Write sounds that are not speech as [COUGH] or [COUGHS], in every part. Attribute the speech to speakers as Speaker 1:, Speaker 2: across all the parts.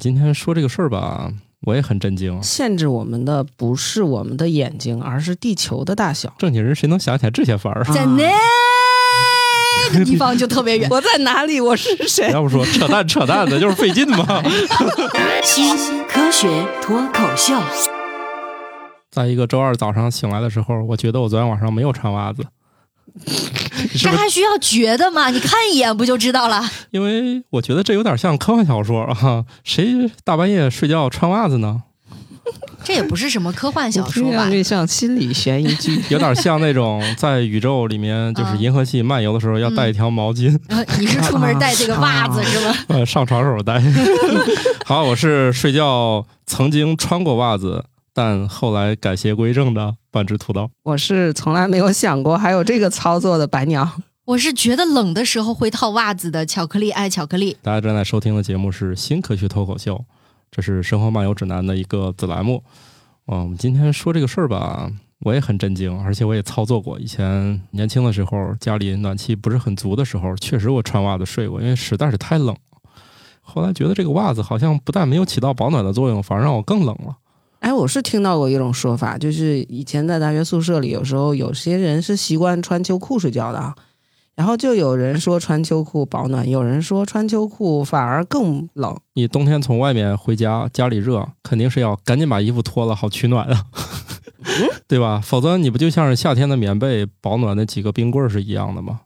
Speaker 1: 今天说这个事儿吧，我也很震惊。
Speaker 2: 限制我们的不是我们的眼睛，而是地球的大小。
Speaker 1: 正经人谁能想起来这些法儿？
Speaker 2: 啊
Speaker 3: 在那个地方就特别远。
Speaker 2: 我在哪里？我是
Speaker 1: [LAUGHS]
Speaker 2: 谁？
Speaker 1: 要不说扯淡扯淡的，就是费劲嘛。
Speaker 4: [LAUGHS] 新科学脱口秀，
Speaker 1: 在一个周二早上醒来的时候，我觉得我昨天晚上没有穿袜子。你是
Speaker 3: 这
Speaker 1: 不是？
Speaker 3: 还需要觉得吗？你看一眼不就知道了？
Speaker 1: 因为我觉得这有点像科幻小说啊， [LAUGHS] 谁大半夜睡觉穿袜子呢？
Speaker 3: 这也不是什么科幻小
Speaker 2: 我听
Speaker 3: 说吧
Speaker 2: 上？去像心理悬疑剧。 [LAUGHS]
Speaker 1: 有点像那种在宇宙里面，
Speaker 4: 啊
Speaker 1: 就是银河系漫游的时候要带一条毛巾，
Speaker 3: 然后呃你是出门带这个袜子是吗？
Speaker 1: 呃，上床时候带。 [LAUGHS] 好，我是睡觉曾经穿过袜子，但后来改邪归正的半只土豆。
Speaker 2: 我是从来没有想过还有这个操作的白鸟。
Speaker 3: 我是觉得冷的时候会套袜子的巧克力爱巧克力。
Speaker 1: 大家正在收听的节目是《新科学脱口秀》，这是《生活漫游指南》的一个子栏目。嗯，我们今天说这个事儿吧，我也很震惊，而且我也操作过。以前年轻的时候，家里暖气不是很足的时候，确实我穿袜子睡过，因为实在是太冷了。后来觉得这个袜子好像不但没有起到保暖的作用，反而让我更冷了。
Speaker 2: [LAUGHS] 哎，我是听到过一种说法，就是以前在大学宿舍里，有时候有些人是习惯穿秋裤睡觉的啊。然后就有人说穿秋裤保暖，有人说穿秋裤反而更冷。
Speaker 1: 你冬天从外面回家，家里热，肯定是要赶紧把衣服脱了，好取暖啊， [LAUGHS] 对吧？否则你不就像是夏天的棉被保暖那几个冰棍儿是一样的吗？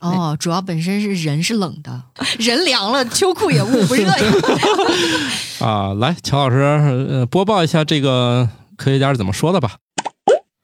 Speaker 3: 哦，主要本身是人是冷的，人凉了，秋裤也捂不热呀。
Speaker 1: 啊，来，乔老师，呃，播报一下这个科学家是怎么说的吧。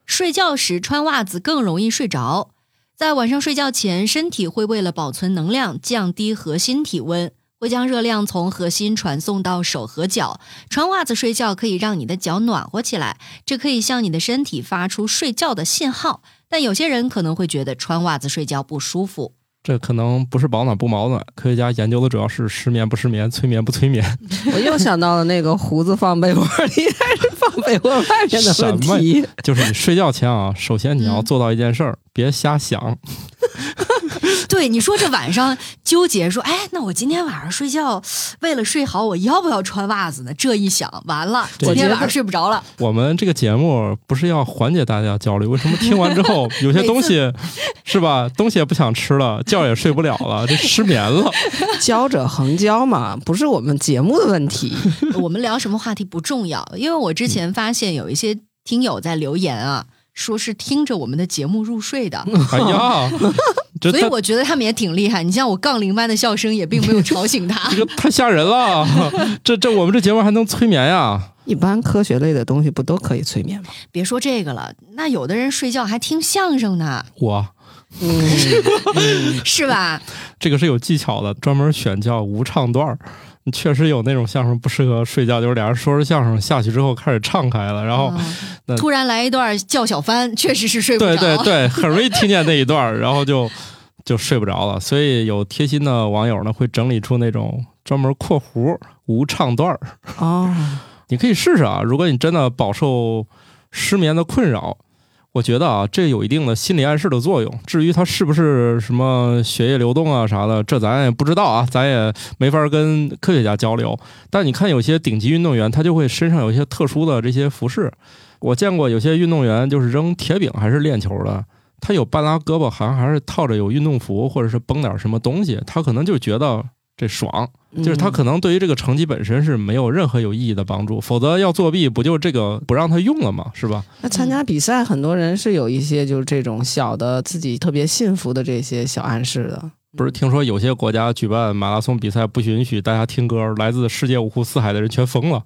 Speaker 3: 睡觉时穿袜子更容易睡着。在晚上睡觉前，身体会为了保存能量，降低核心体温，会将热量从核心传送到手和脚。穿袜子睡觉可以让你的脚暖和起来，这可以向你的身体发出睡觉的信号。但有些人可能会觉得穿袜子睡觉不舒服。
Speaker 1: 这可能不是保暖不保暖，科学家研究的主要是失眠不失眠，催眠不催眠。 [LAUGHS]
Speaker 2: 我又想到了那个胡子放被窝里还是放被窝外面的 [LAUGHS] 问
Speaker 1: 什么
Speaker 2: 题。
Speaker 1: 就是你睡觉前啊，首先你要
Speaker 3: 嗯
Speaker 1: 做到一件事儿，别瞎想。
Speaker 3: 对你说，这晚上纠结说，哎，那我今天晚上睡觉，为了睡好，我要不要穿袜子呢？这一想，完了，
Speaker 1: 对
Speaker 3: 今天
Speaker 2: 我觉得
Speaker 3: 晚上睡不着了。
Speaker 1: 我们这个节目不是要缓解大家焦虑，为什么听完之后有些东西 [LAUGHS] 是吧，东西也不想吃了，觉也睡不了了，这失眠
Speaker 3: [LAUGHS]
Speaker 1: 了？
Speaker 2: 交者恒交嘛，不是我们节目的问题。
Speaker 3: 呃我们聊什么话题不重要，因为我之前发现有一些听友在留言啊，说是听着我们的节目入睡的，
Speaker 1: 哎呀，这
Speaker 3: 所以
Speaker 1: 太
Speaker 3: 我觉得他们也挺厉害。你像我杠铃般的笑声也并没有吵醒他
Speaker 1: [LAUGHS] 这。个太吓人了， [LAUGHS] 这这我们这节目还能催眠呀？
Speaker 2: 一般科学类的东西不都可以催眠吗？
Speaker 3: 别说这个了，那有的人睡觉还听相声呢，
Speaker 1: 我。
Speaker 2: 嗯，
Speaker 1: 嗯
Speaker 3: 是吧？
Speaker 1: 这个是有技巧的，专门选叫无唱段儿。确实有那种相声不适合睡觉，就是俩人说着相声下去之后开始唱开了，然后、
Speaker 3: 嗯
Speaker 1: 那
Speaker 3: 突然来一段叫小帆，确实是睡不着。
Speaker 1: 对对对，很容易听见那一段儿，然后就就睡不着了。所以有贴心的网友呢，会整理出那种专门括弧无唱段儿，
Speaker 2: 哦，
Speaker 1: 你可以试试啊。如果你真的饱受失眠的困扰，我觉得啊，这有一定的心理暗示的作用。至于它是不是什么血液流动啊啥的，这咱也不知道啊，咱也没法跟科学家交流。但你看，有些顶级运动员，他就会身上有一些特殊的这些服饰。我见过有些运动员就是扔铁饼还是练球的，他有半拉胳膊，好像还是套着有运动服或者是绷点什么东西，他可能就觉得这爽。就是
Speaker 2: 嗯
Speaker 1: 他可能对于这个成绩本身是没有任何有意义的帮助，否则要作弊不就这个不让他用了吗？是吧？
Speaker 2: 那参加比赛，很多人是有一些就是这种小的自己特别信服的这些小暗示的。
Speaker 1: 不是听说有些国家举办马拉松比赛不允许大家听歌，来自世界五湖四海的人全疯了。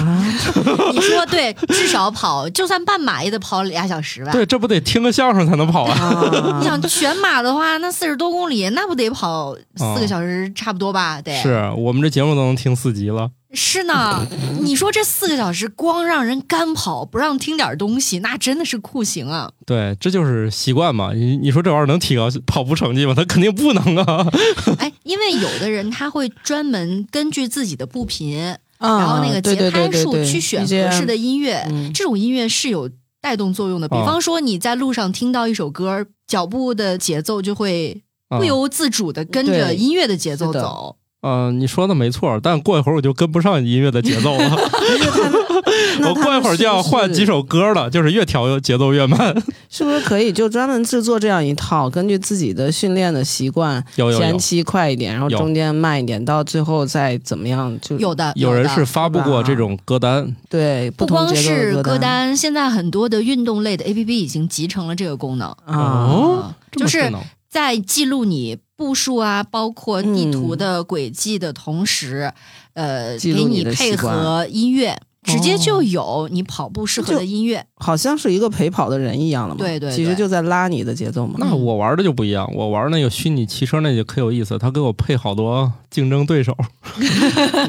Speaker 2: 啊，
Speaker 3: 你说对，至少跑，就算半马也得跑俩小时吧。
Speaker 1: 对，这不得听个相声才能跑
Speaker 2: [LAUGHS]
Speaker 1: 啊？
Speaker 3: 你想全马的话，那四十多公里，那不得跑四个小时差不多吧？得
Speaker 1: 哦是我们这节目都能听四集了，
Speaker 3: 是呢，你说这四个小时光让人干跑，不让听点东西，那真的是酷刑啊！
Speaker 1: 对，这就是习惯嘛。你你说这玩意儿能提高跑步成绩吗？他肯定不能啊。
Speaker 3: 哎，因为有的人他会专门根据自己的步频，然
Speaker 2: 然
Speaker 3: 后那个节拍数去选合适的音乐，
Speaker 2: 嗯
Speaker 3: 这种音乐是有带动作用的。比
Speaker 1: 哦
Speaker 3: 方说你在路上听到一首歌，脚步的节奏就会
Speaker 1: 啊
Speaker 3: 不由自主的跟着
Speaker 2: 对
Speaker 3: 音乐的节奏
Speaker 2: 是的
Speaker 3: 走。
Speaker 1: 呃，你说的没错，但过一会儿我就跟不上你音乐的节奏了，
Speaker 2: [LAUGHS] 那
Speaker 1: 我
Speaker 2: 他
Speaker 1: 过一
Speaker 2: 们
Speaker 1: 会儿
Speaker 2: 是
Speaker 1: 就要
Speaker 2: 不是
Speaker 1: 换几，首歌了，就是越调节奏越慢。 [LAUGHS]
Speaker 2: 是不是可以就专门制作这样一套，根据自己的训练的习惯，
Speaker 1: 有有有
Speaker 2: 前，期快一点，然后
Speaker 1: 有
Speaker 2: 中间慢一点，到最后再怎么样就
Speaker 3: 呃有的
Speaker 1: 有人
Speaker 3: 的
Speaker 1: 是发布过这种歌单，
Speaker 2: 对
Speaker 3: 不
Speaker 2: 同
Speaker 3: 光
Speaker 2: 节奏的
Speaker 3: 是
Speaker 2: 歌
Speaker 3: 歌单，现在很多的运动类的 A P P 已经集成了这个功能，
Speaker 2: 啊，
Speaker 1: 哦
Speaker 3: 啊
Speaker 1: 这么
Speaker 3: 就是
Speaker 1: 智能
Speaker 3: 在记录你步数啊，包括地图的轨迹的同时，呃，
Speaker 2: 嗯记
Speaker 3: 给
Speaker 2: 录你
Speaker 3: 你
Speaker 2: 的
Speaker 3: 配
Speaker 2: 习惯哦
Speaker 3: 合音乐，直接就有你跑步适合
Speaker 2: 就
Speaker 3: 的音乐。
Speaker 2: 好像是一个陪跑的人一样了嘛，
Speaker 3: 对对对
Speaker 2: 其实就在拉你的节奏嘛。 [LAUGHS]
Speaker 1: 那我玩的就不一样，我玩那个虚拟骑车那就可有意思，他给我配好多竞争对手， [LAUGHS]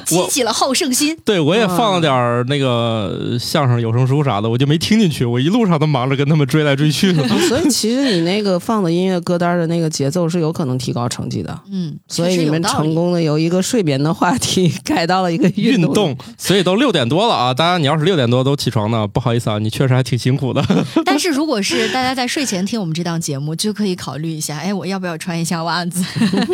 Speaker 3: 激起了好胜心。
Speaker 1: 对我也放了点儿那个相声有声书啥的，我就没听进去，我一路上都忙着跟他们追来追去的。
Speaker 2: 啊所以其实你那个放的音乐歌单的那个节奏是有可能提高成绩的，
Speaker 3: 嗯，
Speaker 2: 所以
Speaker 3: 确实
Speaker 2: 你
Speaker 3: 有
Speaker 2: 们
Speaker 3: 道理
Speaker 2: 成。功 [LAUGHS] 的由一个睡眠的话题改到了一个
Speaker 1: 运
Speaker 2: 动。
Speaker 1: 动，所以都六点多了啊！大家，你要是六点多都起床呢，不好意思啊，你确实还挺辛苦的。
Speaker 3: 但是如果是大家在睡前听我们这档节目，就可以考虑一下，哎，我要不要穿一下袜子？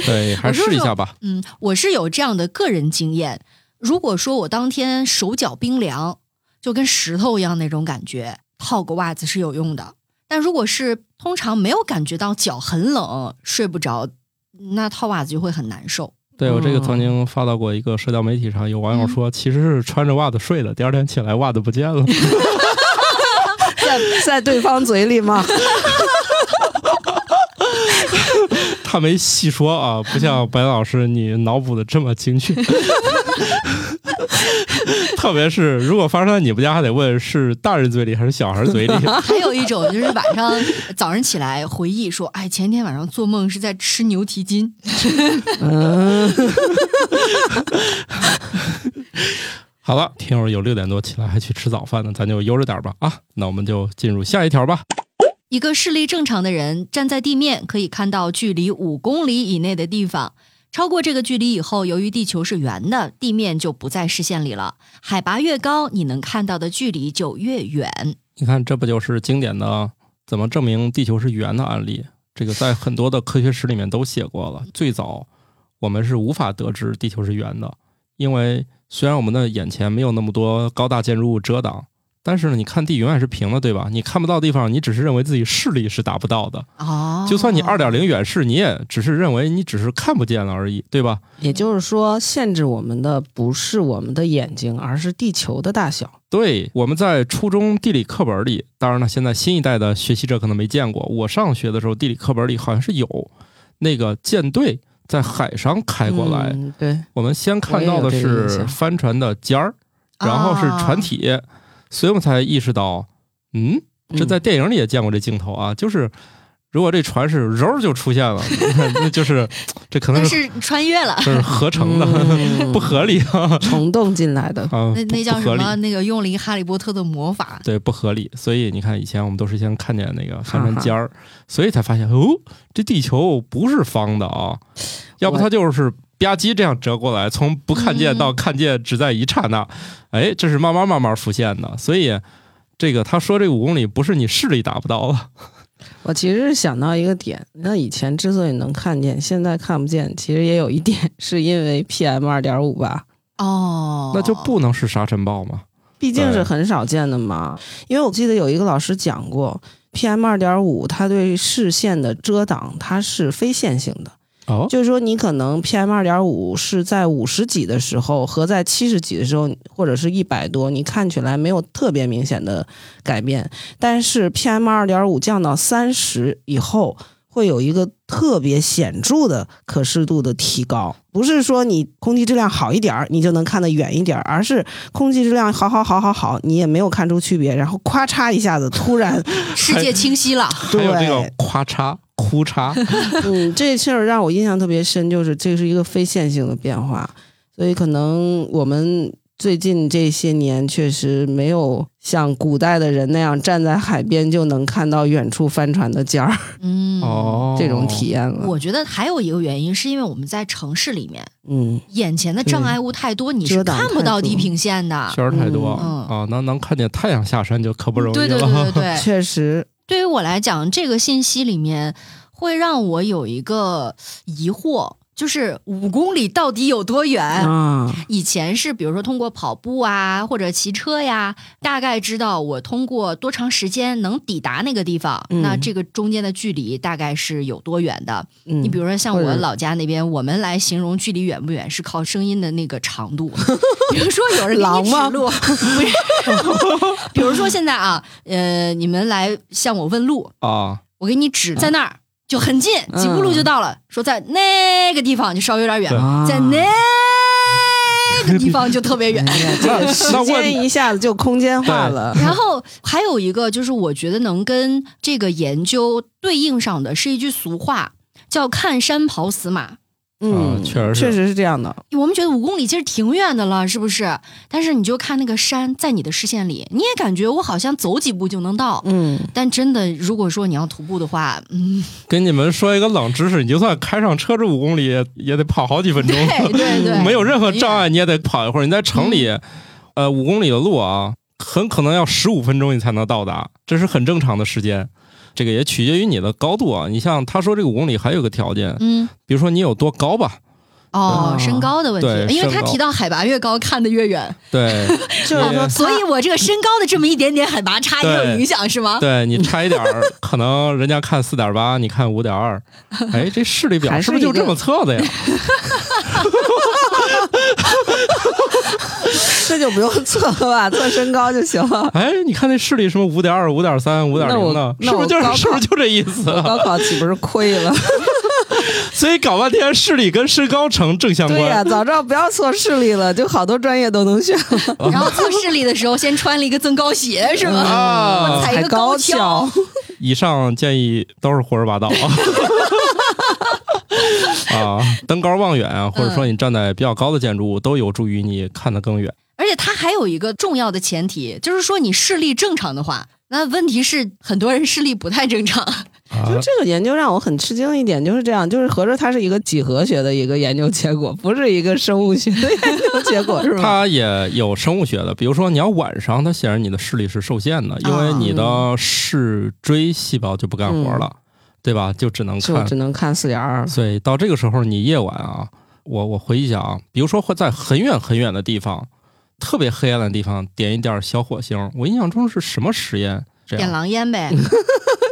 Speaker 1: 对，还是试一下吧。
Speaker 3: 嗯，我是有这样的个人经验。如果说我当天手脚冰凉，就跟石头一样那种感觉，套个袜子是有用的。但如果是通常没有感觉到脚很冷，睡不着，那套袜子就会很难受。
Speaker 1: 对我这个
Speaker 2: 嗯
Speaker 1: 曾经发到过一个社交媒体上，有网友说其实是穿着袜子睡的，第二天起来袜子不见了。
Speaker 2: [LAUGHS] 在在对方嘴里
Speaker 3: [LAUGHS]
Speaker 2: 吗？
Speaker 1: 他没细说啊，不像白老师你脑补的这么精确。 [LAUGHS] 特别是如果发生在你们家，还得问是大人嘴里还是小孩嘴里。
Speaker 3: 还有一种就是晚上早上起来回忆说，哎，前天晚上做梦是在吃牛蹄筋。
Speaker 1: 好了，听友有六点多起来还去吃早饭呢，咱就悠着点吧啊。那我们就进入下一条吧。
Speaker 3: 一个视力正常的人站在地面可以看到距离五公里以内的地方，超过这个距离以后，由于地球是圆的，地面就不在视线里了。海拔越高，你能看到的距离就越远。
Speaker 1: 你看，这不就是经典的怎么证明地球是圆的案例？这个在很多的科学史里面都写过了。最早我们是无法得知地球是圆的，因为虽然我们的眼前没有那么多高大建筑物遮挡，但是呢，你看地永远是平的，对吧？你看不到地方，你只是认为自己视力是达不到的。
Speaker 3: 哦，
Speaker 1: 就算你二点零远视，你也只是认为你只是看不见了而已，对吧？
Speaker 2: 也就是说，限制我们的不是我们的眼睛，而是地球的大小。
Speaker 1: 对，我们在初中地理课本里，当然了，现在新一代的学习者可能没见过。我上学的时候，地理课本里好像是有那个舰队在海上开过来。
Speaker 2: 嗯、对，
Speaker 1: 我们先看到的
Speaker 2: 我也有这个印
Speaker 1: 是
Speaker 2: 象
Speaker 1: 帆船的尖儿，然后是船
Speaker 3: 啊
Speaker 1: 体，所以我们才意识到，嗯，这在电影里也见过这镜头啊，就是如果这船是柔儿就出现了， [LAUGHS] 那就是这可能
Speaker 3: 那
Speaker 1: 是
Speaker 3: 是穿越了，
Speaker 1: 这是合成的，
Speaker 2: 嗯
Speaker 1: [LAUGHS] 不合理啊。
Speaker 2: 虫洞进来的。
Speaker 1: 啊
Speaker 3: 那那叫
Speaker 1: 不合
Speaker 3: 什
Speaker 1: 理
Speaker 3: 么？那个用了一哈利波特的魔法。
Speaker 1: 对，不合理。所以你看，以前我们都是先看见那个帆船尖儿，所以才发现哦，这地球不是方的啊，要不
Speaker 2: 我
Speaker 1: 它就是吧唧这样折过来，从不看见
Speaker 3: 嗯
Speaker 1: 到看见只在一刹那。哎，这是慢慢慢慢浮现的。所以这个他说这五公里不是你视力达不到了，
Speaker 2: 我其实是想到一个点，那以前之所以能看见，现在看不见，其实也有一点是因为 PM 二点五吧，
Speaker 3: 哦，
Speaker 1: 那就不能是沙尘暴嘛。
Speaker 2: 毕竟
Speaker 1: 对
Speaker 2: 是很少见的嘛。因为我记得有一个老师讲过，PM 二点五它对视线的遮挡，它是非线性的。
Speaker 1: 哦，
Speaker 2: 就是说，你可能 PM 二点五是在五十几的时候和在七十几的时候，或者是一百多，你看起来没有特别明显的改变，但是 PM 二点五降到三十以后。会有一个特别显著的可视度的提高，不是说你空气质量好一点儿，你就能看得远一点儿，而是空气质量好好好好好，你也没有看出区别，然后咔嚓一下子突然
Speaker 3: 世界清晰了。
Speaker 1: [LAUGHS] 还有这个
Speaker 2: 对
Speaker 1: 咔嚓、哭嚓， [LAUGHS]
Speaker 2: 嗯，这事儿让我印象特别深，就是这是一个非线性的变化，所以可能我们最近这些年确实没有像古代的人那样站在海边就能看到远处帆船的尖儿
Speaker 3: 嗯，
Speaker 1: 哦，
Speaker 2: [LAUGHS] 这种体。验了。
Speaker 3: [LAUGHS] 我觉得还有一个原因是因为我们在城市里面，
Speaker 2: 嗯，
Speaker 3: 眼前的障碍物太多，你是
Speaker 2: 遮挡
Speaker 3: 看不
Speaker 2: 太
Speaker 3: 到
Speaker 2: 多
Speaker 3: 地平线的。
Speaker 1: 确实太多、
Speaker 3: 嗯
Speaker 1: 啊，能能看见太阳下山就可不容易了。
Speaker 3: 对对对
Speaker 1: [LAUGHS]
Speaker 3: 对对，
Speaker 2: 确实，
Speaker 3: 对于我来讲，这个信息里面会让我有一个疑惑，就是五公里到底有多远？
Speaker 1: 嗯
Speaker 2: 啊，
Speaker 3: 以前是比如说通过跑步啊，或者骑车呀，大概知道我通过多长时间能抵达那个地方，
Speaker 2: 嗯
Speaker 3: 那这个中间的距离大概是有多远的。
Speaker 2: 嗯
Speaker 3: 你比如说像
Speaker 2: 或
Speaker 3: 我
Speaker 2: 者
Speaker 3: 老家那边，我们来形容距离远不远是靠声音的那个长
Speaker 2: [LAUGHS]
Speaker 3: 度。比如说有人给
Speaker 2: 狼
Speaker 3: 你指
Speaker 2: 吗
Speaker 3: 路， [LAUGHS] 不是？比如说现在啊，呃，你们来向我问路，
Speaker 1: 啊，
Speaker 3: 我给你指在那儿。就很近，
Speaker 2: 嗯
Speaker 3: 几步路就到了。说在那个地方就稍微有点远，
Speaker 1: 啊
Speaker 2: 对啊
Speaker 3: 在
Speaker 2: [LAUGHS]
Speaker 3: 那个地方就特别远。
Speaker 2: 哎呀这
Speaker 1: 那
Speaker 2: 个时
Speaker 1: 那问
Speaker 2: 间一下子就空间化
Speaker 1: 对
Speaker 2: 了。
Speaker 3: 然后还有一个就是，我觉得能跟这个研究对应上的是一句俗话，叫“看山跑死马
Speaker 1: 啊
Speaker 2: 嗯，
Speaker 1: 确实是
Speaker 2: 确实是这样的。”。
Speaker 3: 我们觉得五公里其实挺远的了，是不是？但是你就看那个山在你的视线里，你也感觉我好像走几步就能到。
Speaker 2: 嗯，
Speaker 3: 但真的，如果说你要徒步的话，
Speaker 1: [LAUGHS]
Speaker 3: 嗯，
Speaker 1: 给你们说一个冷知识，你就算开上车这五公里，也得跑好几分钟，
Speaker 3: 对对对，
Speaker 1: 没有任何障碍，你也得跑一会儿。你在城里，
Speaker 2: 嗯
Speaker 1: 呃，五公里的路啊，很可能要十五分钟你才能到达，这是很正常的时间。这个也取决于你的高度啊。你像他说这个五公里还有个条件，
Speaker 3: 嗯。
Speaker 1: 比如说你有多高吧？
Speaker 3: 哦
Speaker 2: 哦，
Speaker 3: 身高的问
Speaker 1: 嗯对
Speaker 3: 题，因为他
Speaker 1: 身高
Speaker 3: 提到海拔越高看得越远，
Speaker 2: [LAUGHS]
Speaker 1: 对，
Speaker 2: 就是说
Speaker 1: 也
Speaker 2: 他，
Speaker 3: 所以我这个身高的这么一点点海拔差也有
Speaker 1: 对
Speaker 3: 影响是吗？
Speaker 1: 对你差一点儿，可能人家看四点八，你看五点二，
Speaker 2: [LAUGHS]
Speaker 1: 哎，这视力表
Speaker 2: 还
Speaker 1: 是不是
Speaker 2: 是
Speaker 1: 就
Speaker 2: 一
Speaker 1: 这
Speaker 2: 个
Speaker 1: 么测的呀？
Speaker 2: 这就不用测了吧，测身高就行了。
Speaker 1: [LAUGHS] 哎，你看那视力什么五点二、五点三、五点
Speaker 2: 那
Speaker 1: 零
Speaker 2: 我
Speaker 1: 的，是
Speaker 2: 那
Speaker 1: 不是
Speaker 2: 我
Speaker 1: 就
Speaker 2: 高
Speaker 1: 是是
Speaker 2: 考
Speaker 1: 不是就这意思？啊
Speaker 2: 高考岂不是亏了？
Speaker 1: 所以搞半天视力跟身高成正相
Speaker 2: 对呀、
Speaker 1: 关。
Speaker 2: 早知道不要测视力了，就好多专业都能选了。
Speaker 3: 然后测视力的时候先穿了一个增高鞋是吗？
Speaker 1: 啊
Speaker 3: 踩一
Speaker 2: [LAUGHS] 还
Speaker 3: 个
Speaker 2: 高 [LAUGHS]
Speaker 3: 跷，
Speaker 1: 以上建议都是胡说八道啊！ [LAUGHS] 啊，登高望远啊，或者说你站在比较高的建筑物，都有助于你看得更远。
Speaker 3: 而且它还有一个重要的前提，就是说你视力正常的话，那问题是很多人视力不太正常。
Speaker 1: 啊
Speaker 2: 就这个研究让我很吃惊的一点就是这样，就是合着它是一个几何学的一个研究结果，不是一个生物学的研究结
Speaker 1: [LAUGHS]
Speaker 2: 果，是啊吧？
Speaker 1: 它也有生物学的，比如说你要晚上，它显然你的视力是受限的，因为你
Speaker 2: 啊
Speaker 1: 的视锥细胞就不干活了，对吧？就只能
Speaker 2: 嗯就
Speaker 1: 看
Speaker 2: 只能看四点 [LAUGHS] 二。
Speaker 1: 所以到这个时候，你夜晚啊，我我回忆一下啊，比如说会在很远很远的地方，特别黑暗的地方点一点小火星，我印象中是什么实验？
Speaker 3: [LAUGHS]
Speaker 1: 这
Speaker 3: 点
Speaker 1: 样
Speaker 3: 狼烟呗，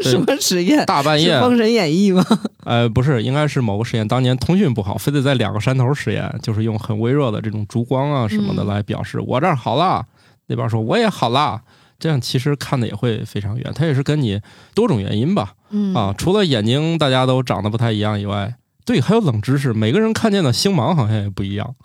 Speaker 1: 对
Speaker 2: 什么实验？
Speaker 1: 大半
Speaker 2: 是
Speaker 1: 夜，
Speaker 2: 《封神演义》吗？
Speaker 1: 呃，不是，应该是某个实验，当年通讯不好，非得在两个山头实验，就是用很微弱的这种烛光啊什么的
Speaker 3: 嗯
Speaker 1: 来表示、我这儿好啦，那边说我也好啦，这样其实看的也会非常远，它也是跟你多种原因吧，
Speaker 3: 嗯
Speaker 1: 啊，除了眼睛大家都长得不太一样以外，对，还有冷知识，每个人看见的星芒好像也不一样。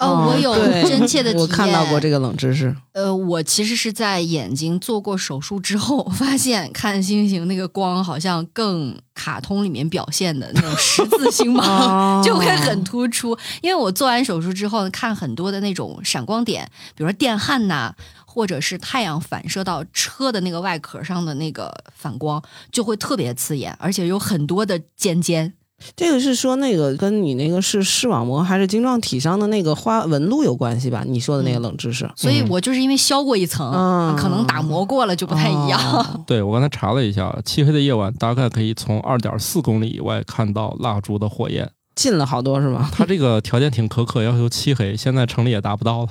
Speaker 3: 哦，我有
Speaker 2: 对
Speaker 3: 真切的体
Speaker 2: [LAUGHS]
Speaker 3: 验，
Speaker 2: 我看到过这个冷知识。
Speaker 3: 呃，我其实是在眼睛做过手术之后，发现看星星那个光好像更卡通里面表现的那种十字星芒。
Speaker 2: 哦
Speaker 3: [LAUGHS] 就会很突出，因为我做完手术之后看很多的那种闪光点，比如说电焊呐、或者是太阳反射到车的那个外壳上的那个反光，就会特别刺眼，而且有很多的尖尖。
Speaker 2: 这个是说那个跟你那个是视网膜还是晶状体上的那个花纹路有关系吧？你说的那个冷知识，
Speaker 3: 所以
Speaker 1: 嗯
Speaker 3: 我就是因为削过一层，
Speaker 2: 嗯
Speaker 3: 可能打磨过了就不太一样。
Speaker 2: 哦
Speaker 1: 对我刚才查了一下，漆黑的夜晚大概可以从二点四公里以外看到蜡烛的火焰。
Speaker 2: 近了好多是吗？
Speaker 1: 它这个条件挺苛刻，要求漆黑，现在城里也达不到了。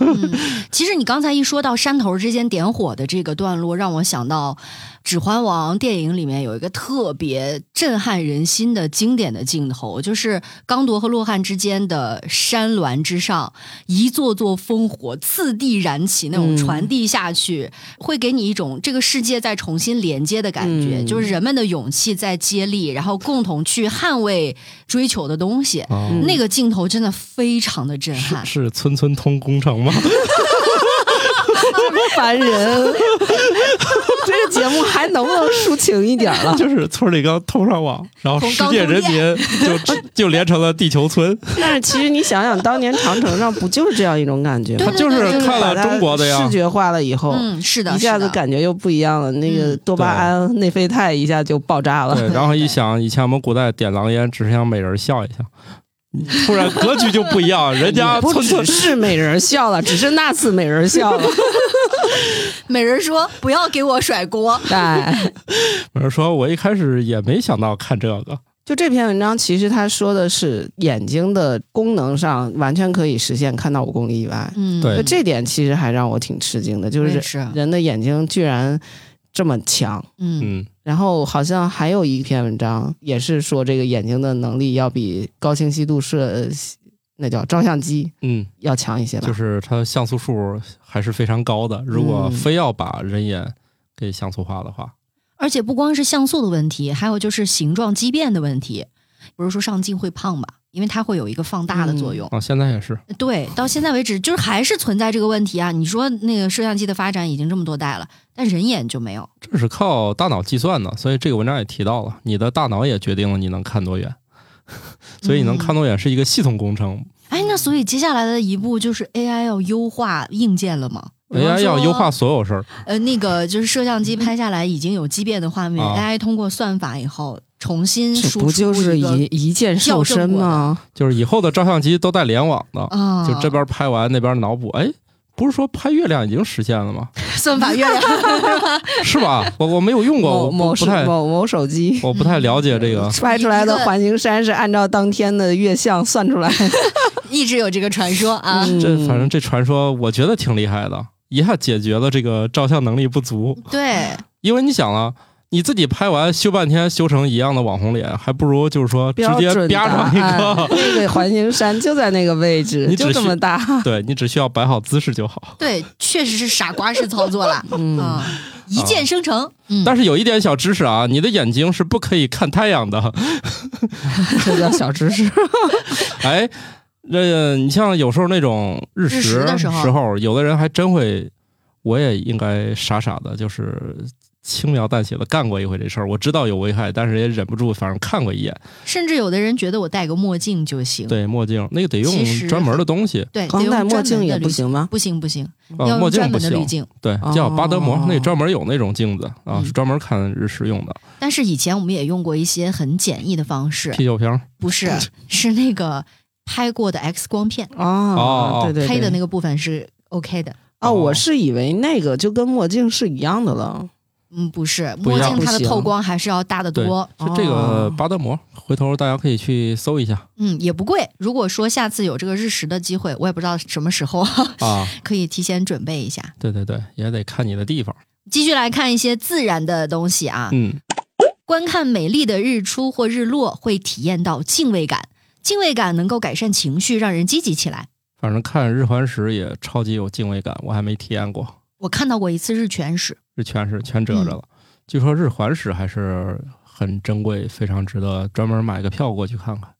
Speaker 3: 嗯，其实你刚才一说到山头之间点火的这个段落，让我想到《指环王》电影里面有一个特别震撼人心的经典的镜头，就是刚铎和洛汗之间的山峦之上，一座座烽火次第燃起，那种
Speaker 2: 嗯
Speaker 3: 传递下去，会给你一种这个世界在重新连接的感觉，
Speaker 2: 嗯
Speaker 3: 就是人们的勇气在接力，然后共同去捍卫追求的东西。
Speaker 1: 啊
Speaker 2: 嗯
Speaker 3: 那个镜头真的非常的震撼
Speaker 1: 是，是村村通工程吗？ [LAUGHS]
Speaker 2: 烦人。 [LAUGHS] 这个节目还能不能抒情一点了？
Speaker 1: 就是村里刚通上网，然后
Speaker 3: 从
Speaker 1: 世
Speaker 3: 高
Speaker 1: 界
Speaker 3: 通
Speaker 1: 人民就
Speaker 3: [LAUGHS]
Speaker 1: 就连成了地球村。
Speaker 2: 但是其实你想想，当年长城上不就是这样一种感觉
Speaker 3: 对
Speaker 1: 他
Speaker 2: 吗？
Speaker 1: 就
Speaker 3: 对
Speaker 1: 是
Speaker 3: 对
Speaker 1: 看
Speaker 2: 把
Speaker 1: 了
Speaker 2: 它
Speaker 1: 中国的呀
Speaker 2: 视，觉化了以后，
Speaker 3: 嗯，是的，
Speaker 2: 一下
Speaker 3: 是
Speaker 2: 子
Speaker 3: 的
Speaker 2: 感觉又不一样了。那个
Speaker 3: 嗯
Speaker 2: 多巴胺、内啡肽一下就爆 [LAUGHS] 炸了。
Speaker 1: 对，然后一
Speaker 3: 对
Speaker 1: 想，以前我们古代点狼烟，只是想每人笑一笑，突然格局就不一样，人家
Speaker 2: 也不
Speaker 1: 村村
Speaker 2: 只是美人笑了，只是那次美人
Speaker 1: [LAUGHS]
Speaker 2: 笑了。
Speaker 3: 美人说：“不要给我甩锅。
Speaker 2: 哎，
Speaker 1: 有人说，我一开始也没想到看这个，
Speaker 2: 就这篇文章，其实他说的是眼睛的功能上完全可以实现看到五公里以外，
Speaker 3: 嗯，
Speaker 1: 对
Speaker 2: 就这点其实还让我挺吃惊的，就
Speaker 3: 我也
Speaker 2: 是
Speaker 3: 是，
Speaker 1: 啊
Speaker 2: 人的眼睛居然这么强。
Speaker 3: 嗯
Speaker 1: 嗯，
Speaker 2: 然后好像还有一篇文章也是说这个眼睛的能力要比高清晰度摄呃那叫照相机
Speaker 1: 嗯，
Speaker 2: 要强一些吧？
Speaker 1: 就是它像素数还是非常高的。如果
Speaker 2: 嗯
Speaker 1: 非要把人眼给像素化的话，
Speaker 3: 而且不光是像素的问题，还有就是形状畸变的问题。比如说上镜会胖吧，因为它会有一个放大的作用。
Speaker 1: 啊，现在也是，
Speaker 3: 对，到现在为止就是还是存在这个问题啊。你说那个摄像机的发展已经这么多代了，但人眼就没有。
Speaker 1: 这是靠大脑计算的。所以这个文章也提到了，你的大脑也决定了你能看多远， [LAUGHS] 所以你能看多远是一个系统工程。
Speaker 3: 哎，那所以接下来的一步就是 AI 要优化硬件了吗
Speaker 1: AI 哎要优。
Speaker 3: 比
Speaker 1: 化
Speaker 3: 方说
Speaker 1: 所有事儿，
Speaker 3: 呃，那个就是摄像机拍下来已经有畸变的画面、
Speaker 1: 啊
Speaker 3: a i 通过算法以后重新
Speaker 2: 这
Speaker 3: 输出
Speaker 2: 不就是
Speaker 3: 一个
Speaker 2: 一一键瘦身吗？
Speaker 1: 就是以后的照相机都带联网的，
Speaker 3: 啊，
Speaker 2: 哦
Speaker 1: 就这边拍完那边脑补。哎，不是说拍月亮已经实现了吗？ [LAUGHS]
Speaker 3: 算法月亮
Speaker 1: 是吧？我我没有用过，[LAUGHS]
Speaker 2: 某
Speaker 1: 我不
Speaker 2: 某
Speaker 1: 不
Speaker 2: 手
Speaker 1: 太
Speaker 2: 某嗯某手机
Speaker 1: 我不太了解这个。
Speaker 2: 拍出来的
Speaker 3: 一个
Speaker 2: 环形山是按照当天的月相算出来的。
Speaker 3: 一直有这个传说啊。
Speaker 2: 嗯
Speaker 1: 这反正这传说，我觉得挺厉害的，一下解决了这个照相能力不足。
Speaker 3: 对，
Speaker 1: 因为你想啊，你自己拍完修半天修成一样的网红脸，还不如就是说直
Speaker 2: 标
Speaker 1: 接
Speaker 2: 准答
Speaker 1: 啪上
Speaker 2: 案 [LAUGHS]
Speaker 1: 一个。
Speaker 2: 那个环形山就在那个位置，
Speaker 1: 你只
Speaker 2: 就这
Speaker 1: 需
Speaker 2: 么大。
Speaker 1: 对你只需要摆好姿势就好。
Speaker 3: 对，确实是傻瓜式操作啦。
Speaker 2: 嗯，
Speaker 1: [LAUGHS]
Speaker 3: 啊，一键生
Speaker 1: 啊
Speaker 3: 成。嗯，
Speaker 1: 但是有一点小知识啊，你的眼睛是不可以看太阳的。
Speaker 2: 这叫小知识。
Speaker 3: [LAUGHS]
Speaker 1: 哎，这你像有时候那种日
Speaker 3: 日食
Speaker 1: 食
Speaker 3: 的时候
Speaker 1: 有的人还真会，我也应该傻傻的，就是轻描淡写的干过一回这事儿。我知道有危害，但是也忍不住，反正看过一眼。
Speaker 3: 甚至有的人觉得我戴个墨镜就行。
Speaker 1: 对，墨镜那个得用
Speaker 3: 嗯其实
Speaker 1: 专门的东西
Speaker 3: 对，
Speaker 2: 光
Speaker 3: 得用
Speaker 2: 戴哦墨
Speaker 3: 专门
Speaker 2: 镜
Speaker 3: 的
Speaker 2: 也
Speaker 3: 滤
Speaker 2: 不，行吗？
Speaker 3: 不行不行，
Speaker 1: 啊、
Speaker 3: 要
Speaker 1: 墨
Speaker 3: 用
Speaker 1: 镜
Speaker 3: 专
Speaker 1: 不
Speaker 3: 门的滤
Speaker 1: 行。
Speaker 3: 镜。
Speaker 1: 对，
Speaker 2: 哦
Speaker 1: 叫巴德摩，那专门有那种镜子啊，
Speaker 3: 嗯
Speaker 1: 是专门看日食用的。
Speaker 3: 但是以前我们也用过一些很简易的方式，
Speaker 1: 啤酒瓶儿
Speaker 3: 不是 [LAUGHS] 是那个拍过的 X 光片，
Speaker 1: 哦
Speaker 2: 哦，对对，
Speaker 3: 黑的那
Speaker 2: 个
Speaker 3: 个部分是 OK 的。
Speaker 2: 哦，
Speaker 1: 哦
Speaker 2: 我是以为那个就跟墨镜是一样的了。
Speaker 3: 嗯，不是，
Speaker 1: 不
Speaker 3: 墨
Speaker 1: 一样
Speaker 3: 镜它的
Speaker 2: 不行
Speaker 3: 透光还是要大得多。
Speaker 1: 是这个
Speaker 2: 哦
Speaker 1: 巴德摩，回头大家可以去搜一下
Speaker 3: 嗯，也不贵。如果说下次有这个日食的机会，我也不知道什么时候 [LAUGHS]
Speaker 1: 啊。
Speaker 3: 可以提前准备一下。
Speaker 1: 对对对，也得看你的地方。
Speaker 3: 继续来看一些自然的东西啊，
Speaker 1: 嗯，
Speaker 3: 观看美丽的日出或日落，会体验到敬畏感。敬畏感能够改善情绪，让人积极起来。
Speaker 1: 反正看日环食也超级有敬畏感，我还没体验过，
Speaker 3: 我看到过一次日全食，
Speaker 1: 日全食全遮着了。据说日环食还是很珍贵，非常值得专门买个票过去看看。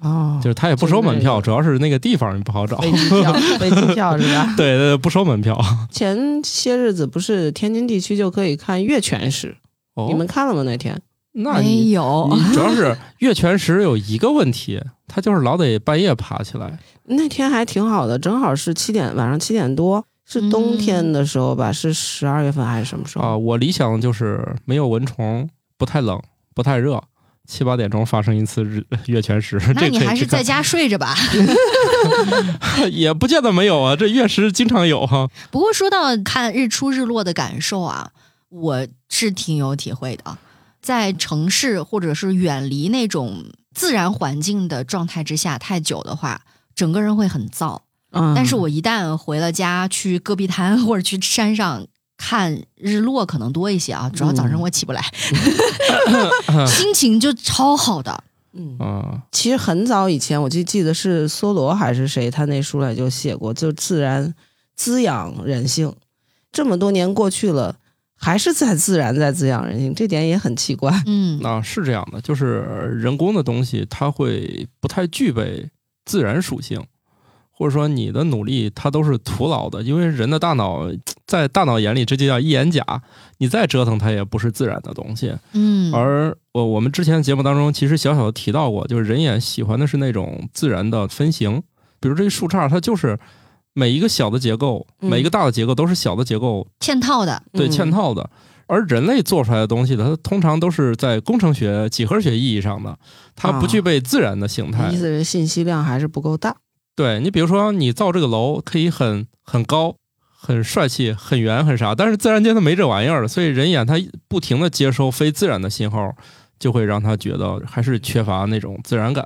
Speaker 2: 哦，
Speaker 1: 就是哦它也不收门票，主要是那个地方不好找。
Speaker 2: 飞机票，飞机票是吧？
Speaker 1: [LAUGHS] 对对对，不收门票。
Speaker 2: 前些日子不是天津地区就可以看月全食，
Speaker 1: 哦
Speaker 2: 你们看了吗？那天
Speaker 1: 那
Speaker 3: 没
Speaker 1: 你嗯
Speaker 3: 有，
Speaker 1: 你主要是月全食有一个问题，它就是老得半夜爬起来。
Speaker 2: 那天还挺好的，正好是七点，晚上七点多，是
Speaker 3: 嗯
Speaker 2: 冬天的时候吧？是十二月份还是什么时
Speaker 1: 啊、
Speaker 2: 候？
Speaker 1: 我理想就是没有蚊虫，不太冷，不太热，七八点钟发生一次日 [LAUGHS] 月全食。
Speaker 3: 那
Speaker 1: 这
Speaker 3: 你
Speaker 1: 可以
Speaker 3: 还
Speaker 1: 去
Speaker 3: 是在
Speaker 1: 看
Speaker 3: 家睡着吧。 [LAUGHS]
Speaker 1: [LAUGHS] 也不见得没有啊，这月食经常有哈、
Speaker 3: 不过说到看日出日落的感受啊，我是挺有体会的。在城市或者是远离那种自然环境的状态之下太久的话，整个人会很燥。
Speaker 2: 嗯，
Speaker 3: 但是我一旦回了家，去戈壁滩或者去山上看日落，可能多一些啊。主要早上我起不来， [LAUGHS] 心情就超好的。
Speaker 2: 嗯，
Speaker 1: 啊，
Speaker 2: 其实很早以前，我就记得是梭罗还是谁，他那书里就写过，就自然滋养人性。这么多年过去了，还是在自然在滋养人性，这点也很奇怪。
Speaker 3: 嗯，
Speaker 1: 那是这样的，就是人工的东西它会不太具备自然属性，或者说你的努力它都是徒劳的，因为人的大脑在大脑眼里这就叫一眼假，你再折腾它也不是自然的东西。
Speaker 3: 嗯，
Speaker 1: 而我我们之前节目当中其实小小的提到过，就是人眼喜欢的是那种自然的分形，比如这树杈它就是。每一个小的结构，
Speaker 2: 嗯
Speaker 1: 每一个大的结构都是小的结构
Speaker 3: 嵌套的，
Speaker 1: 对，
Speaker 2: 嗯
Speaker 1: 嵌套的。而人类做出来的东西，它通常都是在工程学、几何学意义上的，它不
Speaker 2: 啊
Speaker 1: 具备自然的形态。
Speaker 2: 意思是信息量还是不够大。
Speaker 1: 对你，比如说你造这个楼可以很很高、很帅气、很圆、很啥，但是自然界它没这玩意儿，所以人眼它不停的接收非自然的信号，就会让他觉得还是缺乏那种自然感。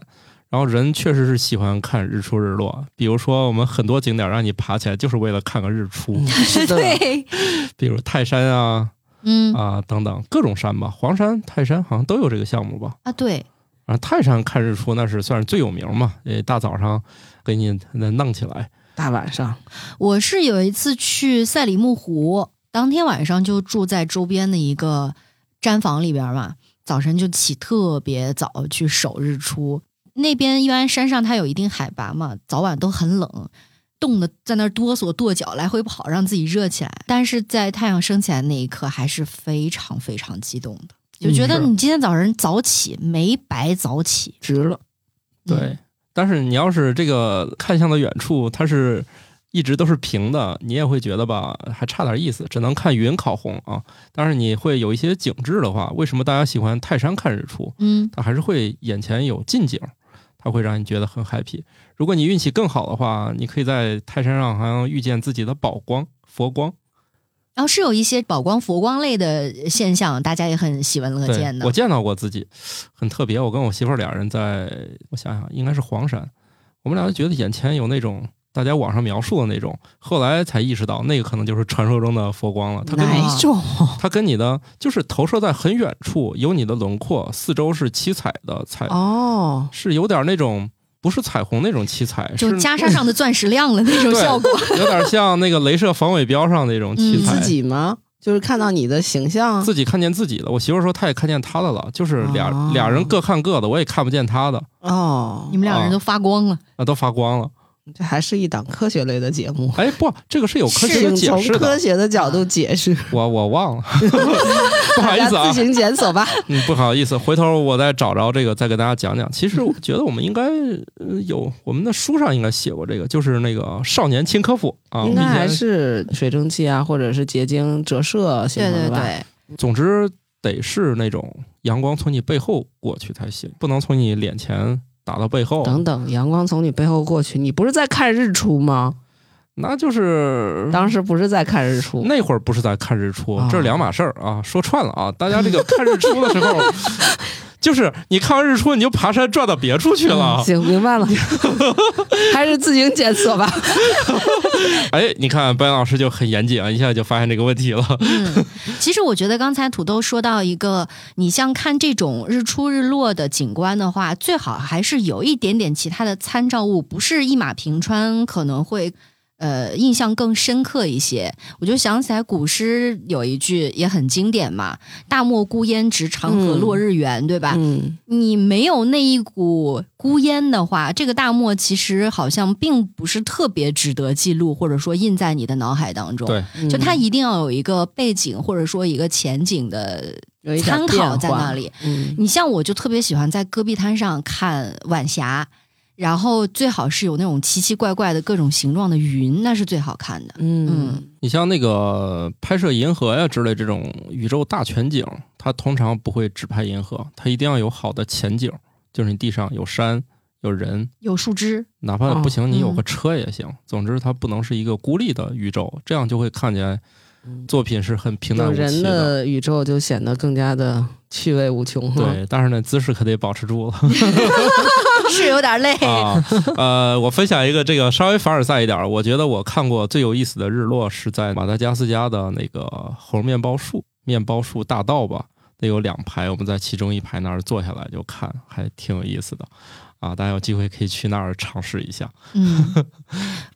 Speaker 1: 然后人确实是喜欢看日出日落，比如说我们很多景点让你爬起来就是为了看个日出，
Speaker 2: 嗯是的，
Speaker 3: [LAUGHS] 对，
Speaker 1: 比如泰山啊
Speaker 3: 嗯
Speaker 1: 啊等等各种山吧，黄山、泰山好像都有这个项目吧。
Speaker 3: 啊，对，
Speaker 1: 啊，泰山看日出那是算是最有名嘛，呃，大早上给你弄起来，
Speaker 2: 大晚上
Speaker 3: 我是有一次去赛里木湖，当天晚上就住在周边的一个毡房里边儿嘛，早晨就起特别早去守日出。那边一般山上它有一定海拔嘛，早晚都很冷，冻得在那儿哆嗦跺脚，来回跑，让自己热起来。但是在太阳升起来那一刻，还是非常非常激动的，就觉得
Speaker 1: 嗯是
Speaker 3: 你今天早晨早起没白早起。
Speaker 2: 值了。
Speaker 1: 对。
Speaker 3: 嗯
Speaker 1: 但是你要是这个看向的远处，它是一直都是平的，你也会觉得吧，还差点意思，只能看云烤红啊。但是你会有一些景致的话，为什么大家喜欢泰山看日出？
Speaker 3: 嗯
Speaker 1: 它还是会眼前有近景，它会让你觉得很 happy。如果你运气更好的话，你可以在泰山上好像遇见自己的宝光、佛光。
Speaker 3: 然后是有一些宝光、佛光类的现象，大家也很喜闻乐
Speaker 1: 对，
Speaker 3: 见的。
Speaker 1: 我见到过自己，很特别。我跟我媳妇儿俩人在，我想想，应该是黄山，我们俩就觉得眼前有那种大家网上描述的那种，后来才意识到那个可能就是传说中的佛光
Speaker 3: 哦
Speaker 1: 了。它跟
Speaker 2: 哪
Speaker 1: 你
Speaker 2: 一种？
Speaker 1: 它跟你的就是投射在很远处，有你的轮廓，四周是七彩的彩，
Speaker 2: 哦，
Speaker 1: 是有点那种不是彩虹那种七彩，
Speaker 3: 就是袈裟上的钻石亮了那种
Speaker 1: 对
Speaker 3: 效果。
Speaker 1: 有点像那个镭射防伪标上那种七
Speaker 3: 嗯
Speaker 1: 彩。
Speaker 2: 自己吗？就是看到你的形象啊
Speaker 1: 自己看见自己的，我媳妇儿说她也看见她的了，就是俩、
Speaker 2: 哦
Speaker 1: 俩人各看各的，我也看不见她的，
Speaker 2: 哦
Speaker 3: [LAUGHS] 你，们两个人都发光了，
Speaker 1: 啊，都发光了。
Speaker 2: 这还是一档科学类的节目，
Speaker 1: 哎，不，这个是有科学
Speaker 2: 请
Speaker 1: 解
Speaker 2: 从
Speaker 1: 释
Speaker 2: 科
Speaker 1: 的，
Speaker 2: 学的角度解释，
Speaker 1: 我我忘
Speaker 2: [LAUGHS]
Speaker 1: 了，不好
Speaker 2: 大
Speaker 1: 意
Speaker 2: 家
Speaker 1: 思啊
Speaker 2: 自，行检索吧。
Speaker 1: 嗯，不好意思，回头我再找着这个再给大家讲讲。其实我觉得我们应该呃有我们的书上应该写过这个，就是那个少年亲科普啊，我
Speaker 2: 应
Speaker 1: 们
Speaker 2: 该还
Speaker 1: 以前
Speaker 2: 是水蒸气啊，或者是结晶折射型
Speaker 3: 对
Speaker 2: 的
Speaker 3: 对
Speaker 2: 吧？
Speaker 3: 对，
Speaker 1: 总之得是那种阳光从你背后过去才行，不能从你脸前打到背后，
Speaker 2: 等等，阳光从你背后过去，你不是在看日出吗？
Speaker 1: 那就是
Speaker 3: 嗯
Speaker 2: 当时不是在看日出，
Speaker 1: 那会儿不是在看日出
Speaker 2: 啊，
Speaker 1: 这是两码事儿啊，说串了啊。大家这个看日出的时候，就是你看完日出你就爬山转到别处去了。
Speaker 2: 嗯行，
Speaker 1: [LAUGHS]
Speaker 2: 明白了，还是自行检索吧。
Speaker 3: [LAUGHS]
Speaker 1: 哎，你看白岩老师就很严谨啊，一下就发现这个问题了。
Speaker 3: 嗯，其实我觉得刚才土豆说到一个，你像看这种日出日落的景观的话，最好还是有一点点其他的参照物，不是一马平川，可能会。呃，印象更深刻一些，我就想起来古诗有一句也很经典嘛，“大漠孤烟直，长河落日圆”，对吧？
Speaker 2: 嗯，
Speaker 3: 你没有那一股孤烟的话，这个大漠其实好像并不是特别值得记录，或者说印在你的脑海当中。，嗯
Speaker 1: 对，
Speaker 2: 嗯
Speaker 3: 就它一定要有一个背景，或者说一个前景的
Speaker 2: 有一点
Speaker 3: 参考在
Speaker 2: 变化
Speaker 3: 那。里。
Speaker 2: 嗯，
Speaker 3: 你像我就特别喜欢在戈壁滩上看晚霞，然后最好是有那种奇奇怪怪的各种形状的云，那是最好看的。
Speaker 2: 嗯
Speaker 3: 嗯
Speaker 1: 你像那个拍摄银河呀之类这种宇宙大全景，它通常不会只拍银河，它一定要有好的前景，就是你地上有山有人，
Speaker 3: 有树枝， [LAUGHS]
Speaker 1: 哪怕不行，你有个
Speaker 3: 嗯
Speaker 1: 车也行。总之，它不能是一个孤立的宇宙，这样就会看起来作品是很平淡
Speaker 2: 有
Speaker 1: 无奇
Speaker 2: 人
Speaker 1: 的。
Speaker 2: 的宇宙就显得更加的趣味无穷。哈，
Speaker 1: [LAUGHS] 对，但是呢，姿势可得保持住了
Speaker 3: 是有点累。
Speaker 1: 啊。呃，我分享一个这个稍微凡尔赛一点儿，我觉得我看过最有意思的日落是在马达加斯加的那个猴面包树面包树大道吧，得有两排，我们在其中一排那儿坐下来就看，还挺有意思的啊。大家有机会可以去那儿尝试一下。
Speaker 3: 嗯，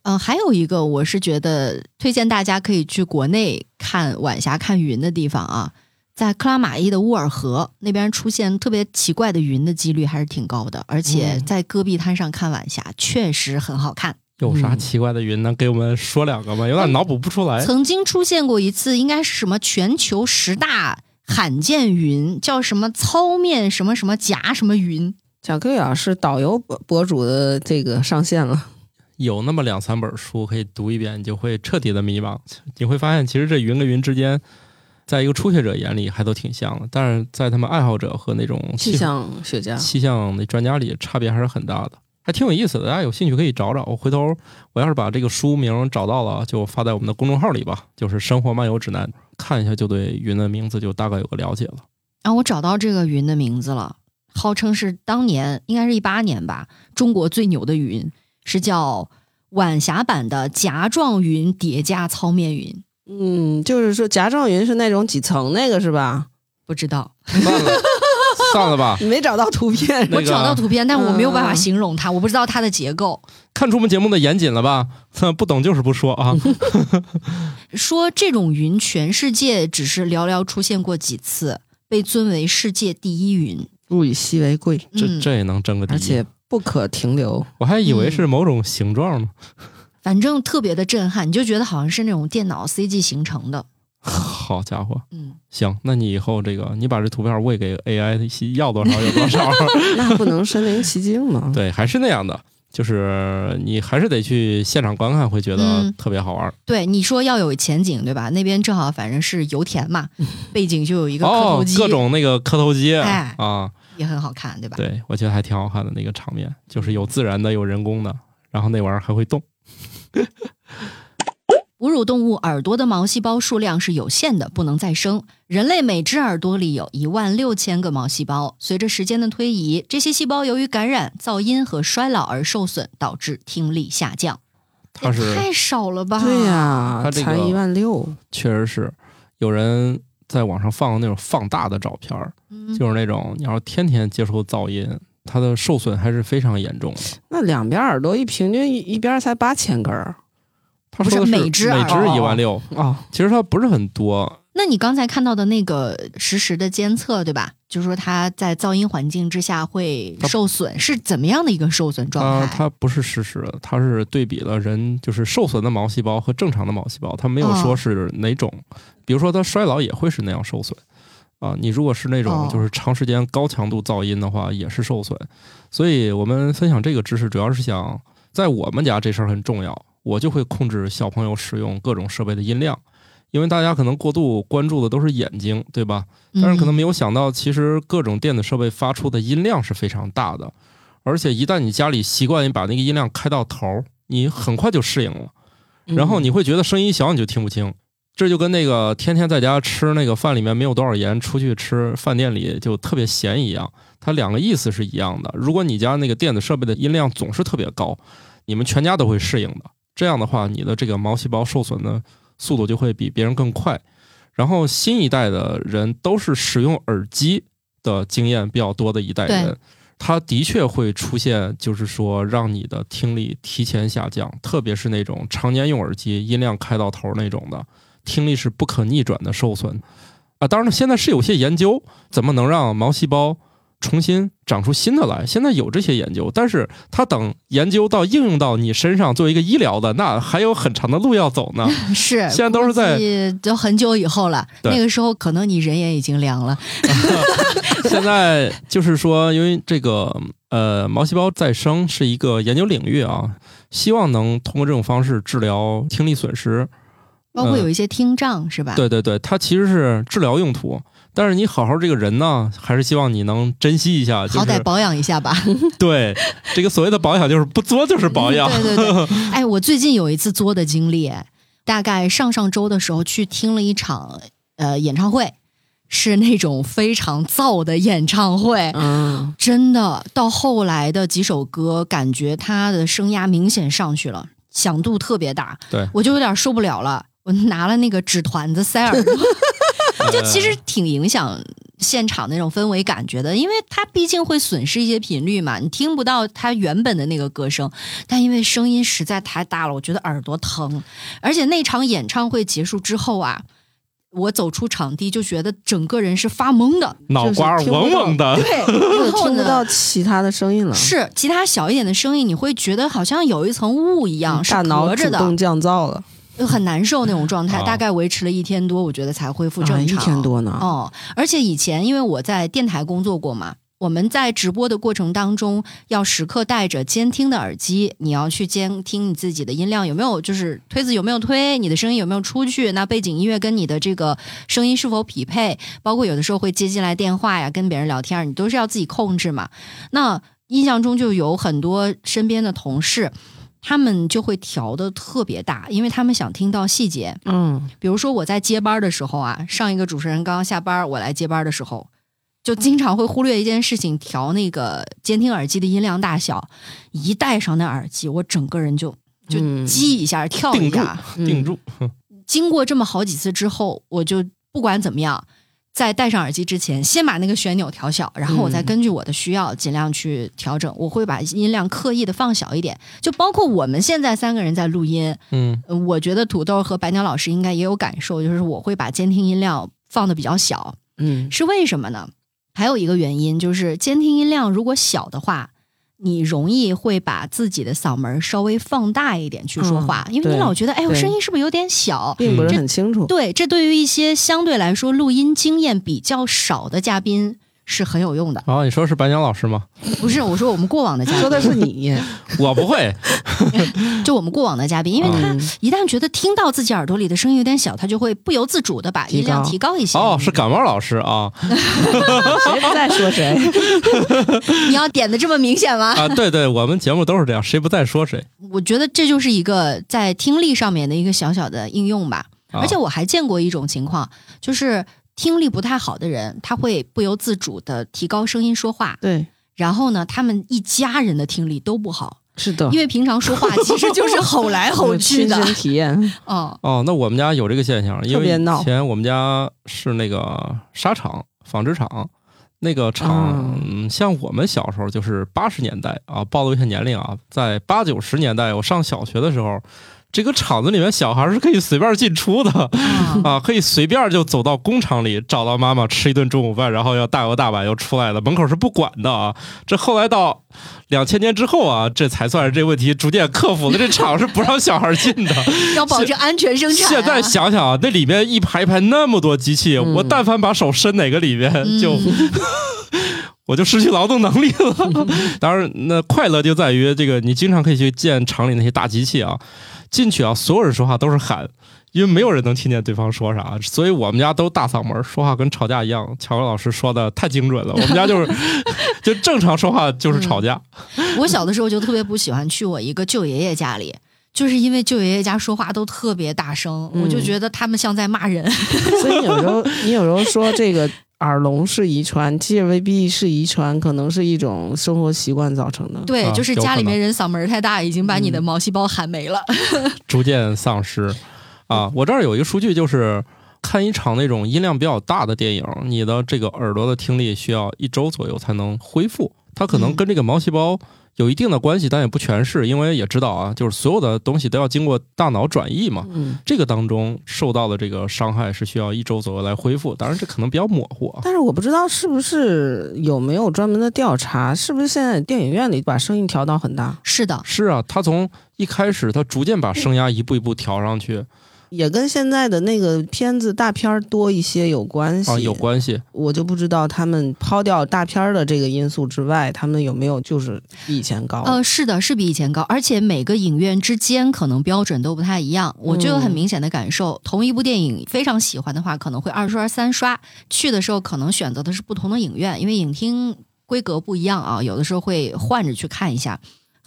Speaker 3: 呃，还有一个我是觉得推荐大家可以去国内看晚霞、看云的地方啊，在克拉玛依的乌尔河那边出现特别奇怪的云的几率还是挺高的，而且在戈壁滩上看晚霞确实很好看。
Speaker 1: 有啥
Speaker 2: 嗯
Speaker 1: 奇怪的云能给我们说两个吗？有点脑补不出来。
Speaker 3: 曾经出现过一次，应该是什么全球十大罕见云，叫什么糙面什么什么夹什么云，
Speaker 2: 小 Q 老师导游博博主的这个上线了，
Speaker 1: 有那么两三本书可以读一遍，你就会彻底的迷茫。你会发现，其实这云跟云之间，在一个初学者眼里还都挺像的，但是在他们爱好者和那种
Speaker 2: 气
Speaker 1: 气象
Speaker 2: 象学家。
Speaker 1: 气象的专家里，差别还是很大的，还挺有意思的。大哎家有兴趣可以找找。我回头我要是把这个书名找到了，就发在我们的公众号里吧，就是《生活漫游指南》，看一下就对云的名字就大概有个了解了。
Speaker 3: 然啊后我找到这个云的名字了，号称是当年应该是一八年吧，中国最牛的云是叫晚霞版的夹状云叠加糙面云，
Speaker 2: 嗯，就是说夹状云是那种几层那个是吧？
Speaker 3: 不知道。
Speaker 1: 算了，算了吧。
Speaker 2: 你没找到图片，
Speaker 1: 那
Speaker 3: 我
Speaker 1: 个
Speaker 3: 找到图片，但我没有办法
Speaker 2: 嗯嗯
Speaker 3: 形容它，我不知道它的结构。
Speaker 1: 看出我们节目的严谨了吧？ [LAUGHS] 哼不懂就是不说啊。
Speaker 3: 说这种云，全世界只是寥寥出现过几次，被尊为世界第一云。
Speaker 2: [LAUGHS] 物以稀为贵，
Speaker 1: 这
Speaker 3: 嗯
Speaker 1: 这也能争个第
Speaker 2: 而
Speaker 1: 一
Speaker 2: 且？不可停留。
Speaker 1: [LAUGHS] 我还以为是某种形状呢。 [LAUGHS]
Speaker 3: 反正特别的震撼，你就觉得好像是那种电脑 CG 形成的。
Speaker 1: 好家伙，
Speaker 3: 嗯，
Speaker 1: 行，那你以后这个你把这图片喂给 AI，要多少有多
Speaker 3: [LAUGHS]
Speaker 1: 少。
Speaker 2: 那不能身临其境吗？
Speaker 1: [LAUGHS] 对，还是那样的，就是你还是得去现场观看，会觉得
Speaker 3: 嗯
Speaker 1: 特别好玩。
Speaker 3: 对，你说要有前景，对吧？那边正好反正是油田嘛， [LAUGHS] 背景就有一个磕头
Speaker 1: 嗯哦，
Speaker 3: 机，
Speaker 1: 各种那个磕头机、
Speaker 3: 哎
Speaker 1: 啊，
Speaker 3: 也很好看，对吧？
Speaker 1: 对我觉得还挺好看的那个场面，就是有自然的，有人工的，然后那玩意儿还会动。
Speaker 3: 哺乳动物耳朵的毛细胞数量是有限的，不能再生。人类每只耳朵里有一万六千个毛细胞，随着时间的推移，这些细胞由于感染、噪音和衰老而受损，导致听力下降。
Speaker 1: 它是
Speaker 3: 也太少了吧？
Speaker 2: 对呀、
Speaker 1: 它啊这个
Speaker 2: 才一万六，
Speaker 1: 确实是有人在网上放那种放大的照片儿，
Speaker 3: 嗯，
Speaker 1: 就是那种你要天天接受噪音，它的受损还是非常严重的。
Speaker 2: 那两边耳朵一平均一一边才八千根儿
Speaker 1: 他
Speaker 3: 不是
Speaker 1: 说的是
Speaker 3: 每只啊
Speaker 1: 每
Speaker 3: 耳
Speaker 1: 只一万六，
Speaker 2: 哦，
Speaker 1: 其实它不是很多，
Speaker 3: 那你刚才看到的那个实时的监测，对吧？就是说它在噪音环境之下会
Speaker 1: 它呃
Speaker 3: 受损，是怎么样的一个受损状
Speaker 1: 它
Speaker 3: 态？啊
Speaker 1: 它不是实时的，它是对比了人就是受损的毛细胞和正常的毛细胞，它没有
Speaker 3: 哦
Speaker 1: 说是哪种，比如说它衰老也会是那样受损。啊，你如果是那种
Speaker 3: 哦
Speaker 1: 就是长时间高强度噪音的话，也是受损。所以我们分享这个知识，主要是想在我们家这事儿很重要，我就会控制小朋友使用各种设备的音量，因为大家可能过度关注的都是眼睛，对吧？
Speaker 3: 嗯
Speaker 1: 但是可能没有想到，其实各种电子设备发出的音量是非常大的，而且一旦你家里习惯于把那个音量开到头儿，你很快就适应了，
Speaker 2: 嗯
Speaker 1: 然后你会觉得声音小你就听不清。这就跟那个天天在家吃那个饭里面没有多少盐，出去吃饭店里就特别咸一样，它两个意思是一样的。如果你家那个电子设备的音量总是特别高，你们全家都会适应的。这样的话，你的这个毛细胞受损的速度就会比别人更快。然后新一代的人都是使用耳机的经验比较多的一代人
Speaker 3: 对，
Speaker 1: 他的确会出现，就是说让你的听力提前下降，特别是那种常年用耳机音量开到头那种的，听力是不可逆转的受损啊。当然了，现在是有些研究怎么能让毛细胞。重新长出新的来，现在有这些研究，但是它等研究到应用到你身上作为一个医疗的，那还有很长的路要走
Speaker 3: [LAUGHS]
Speaker 1: 呢。
Speaker 3: 能 [LAUGHS] 是
Speaker 1: 现在都是在
Speaker 3: 估计都很久以后了，
Speaker 1: 对嗯
Speaker 3: 那个时候可能你人也已经凉了。
Speaker 1: [LAUGHS] 现在就是说，因为这个呃毛细胞再生是一个研究领域啊，希望能通过这种方式治疗听力损失。
Speaker 3: 包括
Speaker 1: 嗯
Speaker 3: 有一些听障是吧？
Speaker 1: 对对对，它其实是治疗用途。但是你好好这个人呢，还是希望你能珍惜一下，就
Speaker 3: 好歹
Speaker 1: 是
Speaker 3: 保养
Speaker 1: [LAUGHS]
Speaker 3: 一下吧。
Speaker 1: 对这个所谓的保养，就是不作就是保养。 [LAUGHS]
Speaker 3: 对对对，哎，我最近有一次作的经历，大概上上周的时候去听了一场呃演唱会，是那种非常燥的演唱会。
Speaker 2: 嗯，
Speaker 3: 真的，到后来的几首歌，感觉他的声压明显上去了，响度特别大，
Speaker 1: 对
Speaker 3: 我就有点受不了了。我拿了那个纸团子塞 [LAUGHS] 耳朵，这其实挺影响现场那种氛围感觉的，因为它毕竟会损失一些频率嘛，你听不到它原本的那个歌声，但因为声音实在太大了，我觉得耳朵疼。而且那场演唱会结束之后啊，我走出场地就觉得整个人是发懵的，
Speaker 1: 脑瓜
Speaker 2: 就是听
Speaker 1: 嗡
Speaker 2: 不到
Speaker 1: 嗡的，
Speaker 3: [LAUGHS] 对，
Speaker 2: 就是
Speaker 3: 然后
Speaker 2: 听不
Speaker 3: 呢？
Speaker 2: 到其他的声音了，
Speaker 3: 是其他小一点的声音，你会觉得好像有一层雾一样，是
Speaker 2: 嗯大脑
Speaker 3: 隔
Speaker 2: 主
Speaker 3: 着的，
Speaker 2: 动降噪了，
Speaker 3: 就很难受那种状态。
Speaker 1: 啊
Speaker 3: 大概维持了一天多，我觉得才恢复
Speaker 2: 啊
Speaker 3: 正
Speaker 2: 一
Speaker 3: 常。
Speaker 2: 天多呢。
Speaker 3: 哦，而且以前因为我在电台工作过嘛，我们在直播的过程当中要时刻戴着监听的耳机，你要去监听你自己的音量有没有，就是推子有没有推，你的声音有没有出去，那背景音乐跟你的这个声音是否匹配，包括有的时候会接进来电话呀，跟别人聊天儿，你都是要自己控制嘛。那印象中就有很多身边的同事。他们就会调的特别大，因为他们想听到细节。
Speaker 2: 嗯，
Speaker 3: 比如说我在接班儿的时候啊，上一个主持人刚刚下班儿，我来接班儿的时候，就经常会忽略一件事情，调那个监听耳机的音量大小。一戴上那耳机，我整个人就就
Speaker 2: 嗯
Speaker 3: 激一下、跳一
Speaker 1: 定住 [LAUGHS]
Speaker 3: 下。
Speaker 2: 嗯
Speaker 1: 定住，
Speaker 3: 经过这么好几次之后，我就不管怎么样，在戴上耳机之前，先把那个旋钮调小，然后
Speaker 1: 嗯
Speaker 3: 我再根据我的需要尽量去调整。我会把音量刻意的放小一点，就包括我们现在三个人在录音，
Speaker 1: 嗯
Speaker 3: 呃我觉得土豆和白鸟老师应该也有感受，就是我会把监听音量放的比较小，
Speaker 2: 嗯
Speaker 3: 是为什么呢？还有一个原因就是监听音量如果小的话，你容易会把自己的嗓门稍微放大一点去说话，因为你
Speaker 2: 嗯对
Speaker 3: 老觉得哎呦
Speaker 2: 对
Speaker 3: 声音是不是有点小？
Speaker 2: 并不是很清楚。
Speaker 3: 对，这对于一些相对来说录音经验比较少的嘉宾是很有用的。
Speaker 1: 然后你说是白鸟老师吗？
Speaker 3: 不是，我说我们过往的嘉
Speaker 1: 嗯
Speaker 2: 说
Speaker 3: 宾，
Speaker 2: 的是
Speaker 1: [LAUGHS]
Speaker 2: 你，
Speaker 1: 我不会，
Speaker 2: [LAUGHS]
Speaker 3: 就我们过往的嘉宾，因为他
Speaker 2: 嗯
Speaker 3: 一旦觉得听到自己耳朵里的声音有点小，他就会不由自主的把音量提
Speaker 2: 提
Speaker 3: 高一些。
Speaker 1: 哦，是感冒老师啊
Speaker 2: 谁不在说谁？
Speaker 1: [LAUGHS]
Speaker 3: 你要点的这么明显吗？
Speaker 1: 啊，对对，我们节目都是这样，谁不在说谁。
Speaker 3: [LAUGHS] 我觉得这就是一个在听力上面的一个小小的应用吧。
Speaker 1: 啊
Speaker 3: 而且我还见过一种情况，就是听力不太好的人，他会不由自主的提高声音说话，
Speaker 2: 对，
Speaker 3: 然后呢，他们一家人的听力都不好，
Speaker 2: 是的，
Speaker 3: 因为平常说话其实就是吼 [LAUGHS] 来
Speaker 2: [LAUGHS]
Speaker 3: 吼
Speaker 2: 我
Speaker 3: 去
Speaker 2: 亲
Speaker 3: 的
Speaker 2: 身。体验，
Speaker 3: 哦，
Speaker 1: 哦，那我们家有这个现象，因
Speaker 2: 特
Speaker 1: 为
Speaker 2: 别
Speaker 1: 以
Speaker 2: 闹
Speaker 1: 前我们家是那个纱厂、纺织厂，那个厂
Speaker 2: 啊，
Speaker 1: 嗯像我们小时候就是八十年代啊，暴露一下年龄啊，在八九十年代我上小学的时候，这个厂子里面小孩是可以随便进出的
Speaker 3: [LAUGHS] 啊
Speaker 1: [LAUGHS] 啊，可以随便就走到工厂里找到妈妈吃一顿中午饭，然后要大摇大摆又出来的，门口是不管的啊。这后来到两千年之后啊，这才算是这问题逐渐克服了，这厂是不让小孩进的。
Speaker 3: 要保证安全生产啊、
Speaker 1: 现在想想啊，那里面一排一排那么多机器，
Speaker 2: 嗯
Speaker 1: 我但凡把手伸哪个里面，
Speaker 3: 嗯
Speaker 1: 就我就失去劳动能力了。 [LAUGHS] 当然，那快乐就在于这个，你经常可以去见厂里那些大机器啊，进去啊，所有人说话都是喊。因为没有人能听见对方说啥，所以我们家都大嗓门，说话跟吵架一样。乔老师说的太精准了，我们家就是 [LAUGHS] 就正常说话就是吵架。
Speaker 3: 我小的时候就特别不喜欢去我一个舅爷爷家里，就是因为舅爷爷家说话都特别大声，
Speaker 2: 嗯
Speaker 3: 我就觉得他们像在骂人。
Speaker 2: 所以有时候你有时候说这个耳聋是遗传，其实未必是遗传，可能是一种生活习惯造成的。
Speaker 3: 对，
Speaker 1: 啊
Speaker 3: 就是
Speaker 1: 有可
Speaker 3: 家里
Speaker 1: 能嗯
Speaker 3: 面人嗓门儿太大，已经把你的毛细胞喊没了。 [LAUGHS]
Speaker 1: 逐渐丧失。啊，我这儿有一个数据，就是看一场那种音量比较大的电影，你的这个耳朵的听力需要一周左右才能恢复。它可能跟这个毛细胞有一定的关系，但也不全是，因为也知道啊，就是所有的东西都要经过大脑转移嘛。
Speaker 2: 嗯，
Speaker 1: 这个当中受到的这个伤害是需要一周左右来恢复，当然这可能比较模糊啊。
Speaker 2: 但是我不知道是不是有没有专门的调查，是不是现在电影院里把声音调到很大，
Speaker 3: 是的，
Speaker 1: 是啊，它从一开始它逐渐把声压一步一步调上去
Speaker 2: 也跟现在的那个片子大片儿多一些有关系。
Speaker 1: 啊有关系。
Speaker 2: 我就不知道他们抛掉大片儿的这个因素之外，他们有没有就是比以前高？
Speaker 3: 呃，是的，是比以前高，而且每个影院之间可能标准都不太一样。我就有
Speaker 1: 嗯
Speaker 3: 很明显的感受，同一部电影非常喜欢的话，可能会二刷、三刷。去的时候可能选择的是不同的影院，因为影厅规格不一样啊，有的时候会换着去看一下。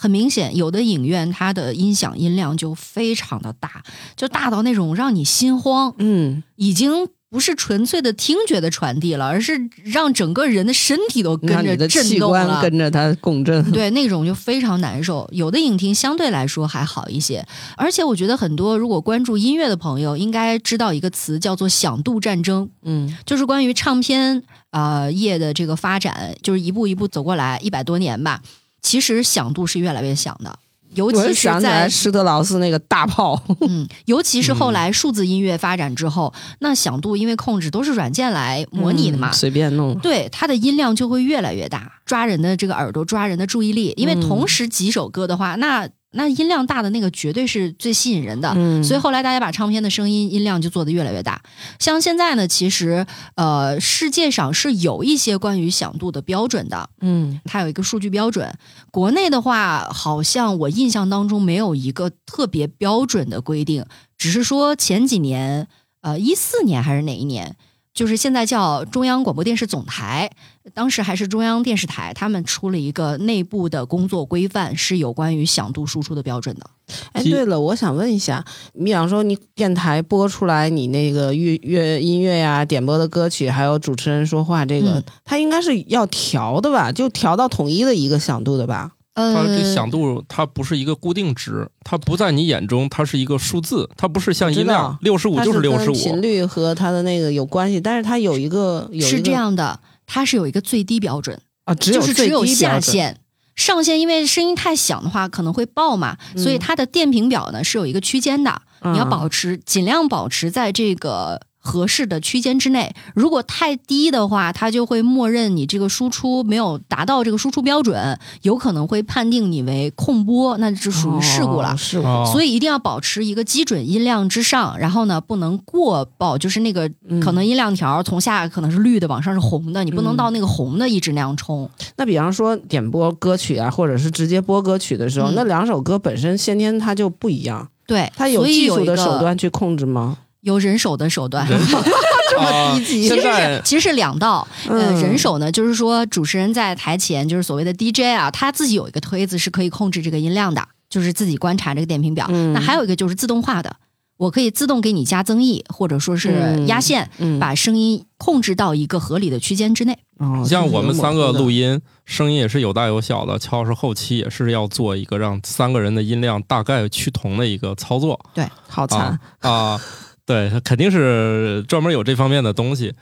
Speaker 3: 很明显，有的影院它的音响音量就非常的大，就大到那种让你心慌，
Speaker 2: 嗯，
Speaker 3: 已经不是纯粹的听觉的传递了，而是让整个人的身体都跟
Speaker 2: 让
Speaker 3: 着
Speaker 2: 你的
Speaker 3: 震
Speaker 2: 器
Speaker 3: 动
Speaker 2: 官
Speaker 3: 了。
Speaker 2: 跟着它共振。
Speaker 3: 对，那种就非常难受。有的影厅相对来说还好一些，而且我觉得很多如果关注音乐的朋友应该知道一个词叫做“响度战争
Speaker 2: 嗯”，
Speaker 3: 就是关于唱片呃业的这个发展，就是一步一步走过来一百多年吧。其实响度是越来越响的，尤
Speaker 2: 我
Speaker 3: 其
Speaker 2: 就是想起
Speaker 3: 在
Speaker 2: 来施特劳斯那个大炮， [LAUGHS]
Speaker 3: 嗯，尤其是
Speaker 2: 嗯
Speaker 3: 后来数字音乐发展之后，那响度因为控制都是软件来模拟的嘛，
Speaker 2: 嗯随便弄。
Speaker 3: 对，它的音量就会越来越大，抓人的这个耳朵，抓人的注意力。因为
Speaker 2: 嗯
Speaker 3: 同时几首歌的话，那那音量大的那个绝对是最吸引人的。
Speaker 2: 嗯
Speaker 3: 所以后来大家把唱片的声音音量就做得越来越大。像现在呢，其实呃，世界上是有一些关于响度的标准的，
Speaker 2: 嗯，
Speaker 3: 它有一个数据标准。国内的话，好像我印象当中没有一个特别标准的规定，只是说前几年，呃，一四年还是哪一年，就是现在叫中央广播电视总台，当时还是中央电视台，他们出了一个内部的工作规范，是有关于响度输出的标准的。
Speaker 2: 哎，
Speaker 1: 其
Speaker 2: 对了，我想问一下，你比方说你电台播出来你那个乐乐音乐呀、点播的歌曲，还有主持人说话，这个、
Speaker 3: 嗯
Speaker 2: 它应该是要调的吧？就调到统一的一个响度的吧？
Speaker 1: 它这
Speaker 2: 嗯
Speaker 3: 呃，
Speaker 1: 响度它不是一个固定值，它不在你眼中，它是一个数字，它不是像音量六十五
Speaker 2: 它
Speaker 1: 就是六十
Speaker 2: 跟频
Speaker 1: 五，
Speaker 2: 率和它的那个有关系，但是它有一个有一
Speaker 3: 是
Speaker 2: 个
Speaker 3: 这样的，它是有一个最低标准。
Speaker 2: 啊，只有
Speaker 3: 就是
Speaker 2: 最
Speaker 3: 只有
Speaker 2: 低标
Speaker 3: 下
Speaker 2: 准
Speaker 3: 限。上限因为声音太响的话可能会爆嘛，
Speaker 2: 嗯
Speaker 3: 所以它的电平表呢是有一个区间的，你要
Speaker 2: 嗯
Speaker 3: 保持尽量保持在这个合适的区间之内。如果太低的话，它就会默认你这个输出没有达到这个输出标准，有可能会判定你为控播，那就属于事故了
Speaker 2: 哦。事故。
Speaker 1: 哦
Speaker 3: 所以一定要保持一个基准音量之上，然后呢，不能过爆，就是那个
Speaker 2: 嗯
Speaker 3: 可能音量条从下可能是绿的，往上是红的，你不能
Speaker 2: 嗯
Speaker 3: 到那个红的一直那样冲。
Speaker 2: 那比方说点播歌曲啊，或者是直接播歌曲的时候，
Speaker 3: 嗯
Speaker 2: 那两首歌本身先天它就不一样，
Speaker 3: 对，
Speaker 2: 它
Speaker 3: 所以
Speaker 2: 技术
Speaker 3: 有一
Speaker 2: 的
Speaker 3: 个
Speaker 2: 手，段去控制吗？
Speaker 3: 有人手的手段。
Speaker 2: 这么低
Speaker 1: 啊
Speaker 2: 级，
Speaker 1: 现在
Speaker 3: 其实是两道，呃，
Speaker 2: 嗯
Speaker 3: 人手呢，就是说主持人在台前，就是所谓的 DJ 啊，他自己有一个推子是可以控制这个音量的，就是自己观察这个电瓶表。
Speaker 2: 嗯
Speaker 3: 那还有一个就是自动化的，我可以自动给你加增益，或者说是
Speaker 2: 嗯
Speaker 3: 压线，
Speaker 2: 嗯
Speaker 3: 把声音控制到一个合理的区间之内。
Speaker 2: 哦
Speaker 1: 像我们三个录
Speaker 2: 音，
Speaker 1: 音，声音也是有大有小的，乔老师后期也是要做一个让三个人的音量大概趋同的一个操作
Speaker 2: 好惨
Speaker 1: 啊，啊，对，肯定是专门有这方面的东西。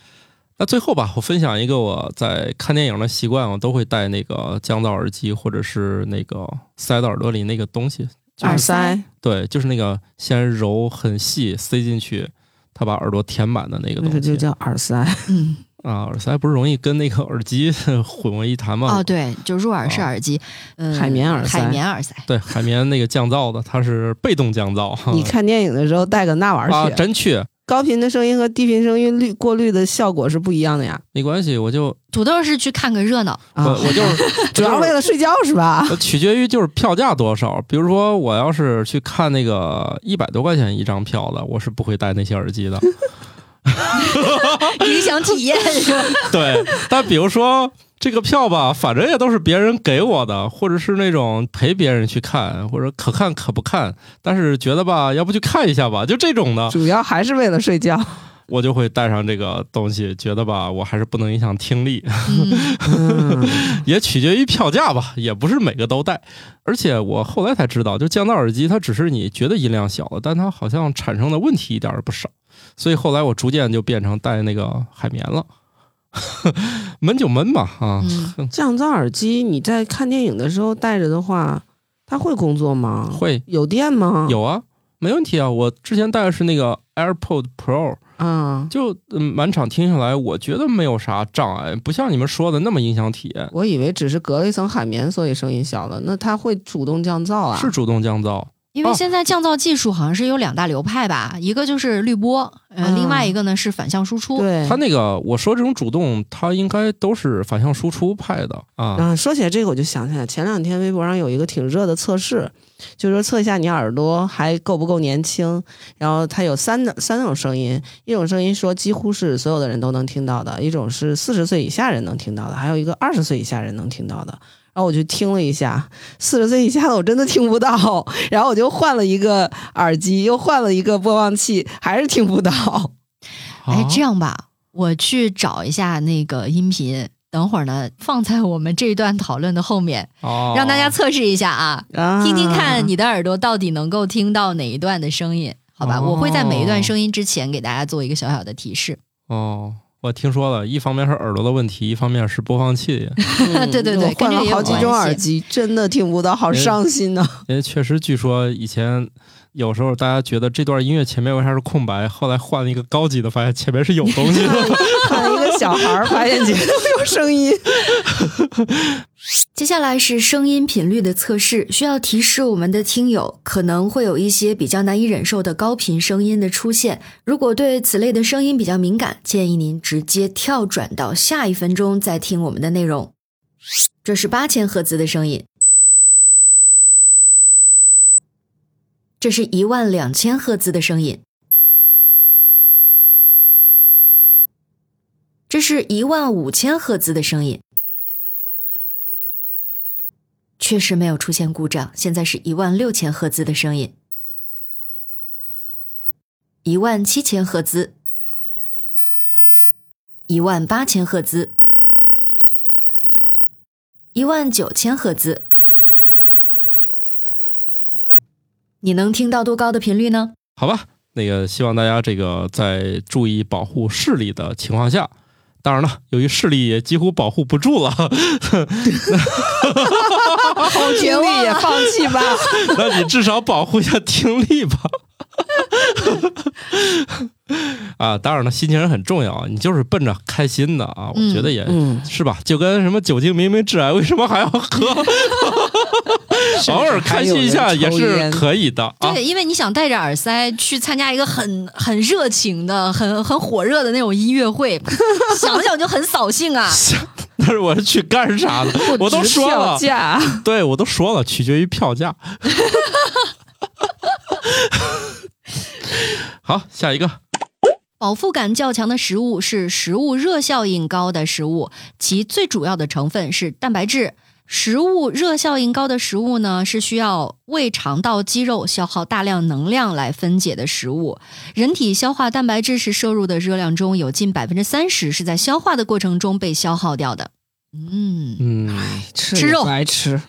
Speaker 1: 那最后吧，我分享一个我在看电影的习惯，我都会戴那个降噪耳机，或者是那个塞到耳朵里那个东西，
Speaker 3: 耳
Speaker 2: 耳塞
Speaker 1: 对，就是那个先揉很细塞进去，它把耳朵填满的那个
Speaker 2: 那个
Speaker 1: 东
Speaker 2: 就
Speaker 1: 西
Speaker 2: 叫耳塞，
Speaker 3: 嗯，
Speaker 1: 啊，耳塞不是容易跟那个耳机 [LAUGHS] 混为一谈吗？
Speaker 3: 哦，对，就入耳式
Speaker 1: 哦
Speaker 3: 耳机，嗯，
Speaker 2: 海绵耳塞
Speaker 3: 海绵耳塞。
Speaker 1: 对，海绵那个降噪的，它是被动降噪。
Speaker 2: 你看电影的时候带个那玩意
Speaker 1: 啊，
Speaker 2: 儿去，
Speaker 1: 真去
Speaker 2: 高频的声音和低频声音滤过滤的效果是不一样的呀。
Speaker 1: 没关系，我就
Speaker 3: 土豆是去看个热闹， [LAUGHS]
Speaker 1: 我
Speaker 2: [LAUGHS] 啊，
Speaker 1: 我就是
Speaker 2: 主要为了睡觉是吧？
Speaker 1: 我取决于就是票价多少。比如说，我要是去看那个一百多块钱一张票的，我是不会戴那些耳机的。
Speaker 3: 影响
Speaker 2: [LAUGHS]
Speaker 3: 体验是吧？
Speaker 1: [LAUGHS] 对，但比如说这个票吧，反正也都是别人给我的，或者是那种陪别人去看，或者可看可不看，但是觉得吧，要不去看一下吧，就这种的，
Speaker 2: 主要还是为了睡觉。
Speaker 1: 我就会带上这个东西，觉得吧，我还是不能影响听力， [LAUGHS]
Speaker 3: 嗯，
Speaker 2: [LAUGHS] 嗯，
Speaker 1: 也取决于票价吧，也不是每个都戴。而且我后来才知道，就降噪耳机，它只是你觉得音量小了，但它好像产生的问题一点儿也不少。所以后来我逐渐就变成戴那个海绵了， [LAUGHS] 闷就闷嘛啊。
Speaker 3: 嗯
Speaker 2: 降噪耳机你在看电影的时候戴着的话，它会工作吗？
Speaker 1: 会
Speaker 2: 有电
Speaker 3: 嗯
Speaker 2: 吗？
Speaker 1: 有啊，没问题啊。我之前戴的是那个 AirPod Pro，
Speaker 2: 啊，
Speaker 1: 就嗯满场听下来，我觉得没有啥障碍，不像你们说的那么影响体验，
Speaker 2: 我以为只是隔了一层海绵，所以声音小了。那它会主动降噪啊？
Speaker 1: 是主动降噪。
Speaker 3: 因为
Speaker 1: 哦
Speaker 3: 现在降噪技术好像是有两大流派吧，一个就是滤波，呃，
Speaker 2: 嗯
Speaker 3: 另外一个呢是反向输出。
Speaker 2: 对
Speaker 1: 它。那个我说这种主动，它应该都是反向输出派的啊。
Speaker 2: 啊，说起来这个我就想起来，前两天微博上有一个挺热的测试，就是说测一下你耳朵还够不够年轻。然后它有三的三种声音，一种声音说几乎是所有的人都能听到的，一种是四十岁以下人能听到的，还有一个二十岁以下人能听到的。然后我就听了一下，四十岁以下的我真的听不到。然后我就换了一个耳机，又换了一个播放器，还是听不到。
Speaker 3: 哎，这
Speaker 1: 样
Speaker 3: 样吧，我去找一下那个音频，等会儿呢放在我们这一段讨论的后面，
Speaker 1: 哦，
Speaker 3: 让大家测试一下啊，
Speaker 2: 啊
Speaker 3: 听听看你的耳朵到底能够听到哪一段的声音。好吧，
Speaker 1: 哦
Speaker 3: 我会在每一段声音之前给大家做一个小小的提示。
Speaker 1: 哦。我听说了，一方面是耳朵的问题，一方面是播放
Speaker 3: [LAUGHS]
Speaker 1: 器，
Speaker 2: [LAUGHS] 嗯
Speaker 3: 对对对
Speaker 2: 我换
Speaker 3: 跟这
Speaker 2: 了
Speaker 3: 也有
Speaker 2: 好几
Speaker 3: 关
Speaker 2: 种
Speaker 3: 系
Speaker 2: 耳机，真的听不到，好伤心啊呐、
Speaker 1: 因为确实据说以前有时候大家觉得这段音乐前面为啥是空白，后来换了一个高级的，发现前面是有东西的。
Speaker 2: 看一个小孩儿，发现前面有声音。
Speaker 4: 接下来是声音频率的测试，需要提示我们的听友可能会有一些比较难以忍受的高频声音的出现。如果对此类的声音比较敏感，建议您直接跳转到下一分钟再听我们的内容。这是八千赫兹的声音，这是一万两千赫兹的声音，这是一万五千赫兹的声音。确实没有出现故障，现在是一万六千赫兹的声音，一万七千赫兹，一万八千赫兹，一万九千赫兹。你能听到多高的频率呢？
Speaker 1: 好吧，那个希望大家这个在注意保护视力的情况下，当然了，由于视力也几乎保护不住了，
Speaker 2: [LAUGHS] 好绝望，啊也放弃吧。
Speaker 1: 那你至少保护一下听力吧。 [LAUGHS] 啊，当然了，心情很重要啊，你就是奔着开心的啊，我觉得也、
Speaker 2: 嗯，
Speaker 1: 是吧，就跟什么酒精明明致癌，为什么还要
Speaker 2: [LAUGHS]
Speaker 1: 喝？偶尔开心一下也是可以的啊。
Speaker 3: 对，因为你想戴着耳塞去参加一个很很热情的、很很火热的那种音乐会，想想就很扫兴啊。
Speaker 1: 但是我是去干啥的？ [LAUGHS] 我都说了
Speaker 2: 票，价，
Speaker 1: 对我都说了，取决于票 [LAUGHS] 价。好，下一个，
Speaker 3: 饱腹感较强的食物是食物热效应高的食物，其最主要的成分是蛋白质。食物热效应高的食物呢，是需要胃肠道肌肉消耗大量能量来分解的食物。人体消化蛋白质时摄入的热量中有近百分之三十是在消化的过程中被消耗掉的。嗯，
Speaker 1: 嗯，
Speaker 2: 吃
Speaker 3: 吃
Speaker 2: 也
Speaker 3: 肉
Speaker 2: 白吃，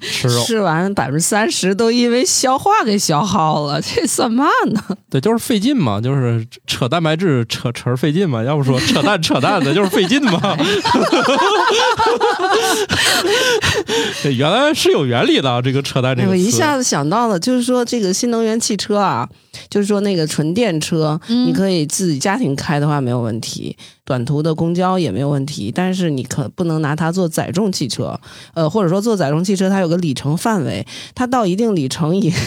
Speaker 1: 吃肉，
Speaker 2: 吃完百分之三十都因为消化给消耗了，这算嘛呢？
Speaker 1: 对，就是费劲嘛，就是扯蛋白质扯扯费劲嘛，要不说扯蛋扯蛋的，就是费劲嘛。对原来是有原理的啊，这个扯蛋这
Speaker 2: 哎
Speaker 1: 个
Speaker 2: 我
Speaker 1: 词。
Speaker 2: 一下子想到了，就是说这个新能源汽车啊，就是说那个纯电车，
Speaker 3: 嗯
Speaker 2: 你可以自己家庭开的话没有问题，短途的公交也没有问题，但是你可不能拿它做载重汽车，呃，或者说做载重汽车它有个里程范围，它到一定里程以。 [LAUGHS]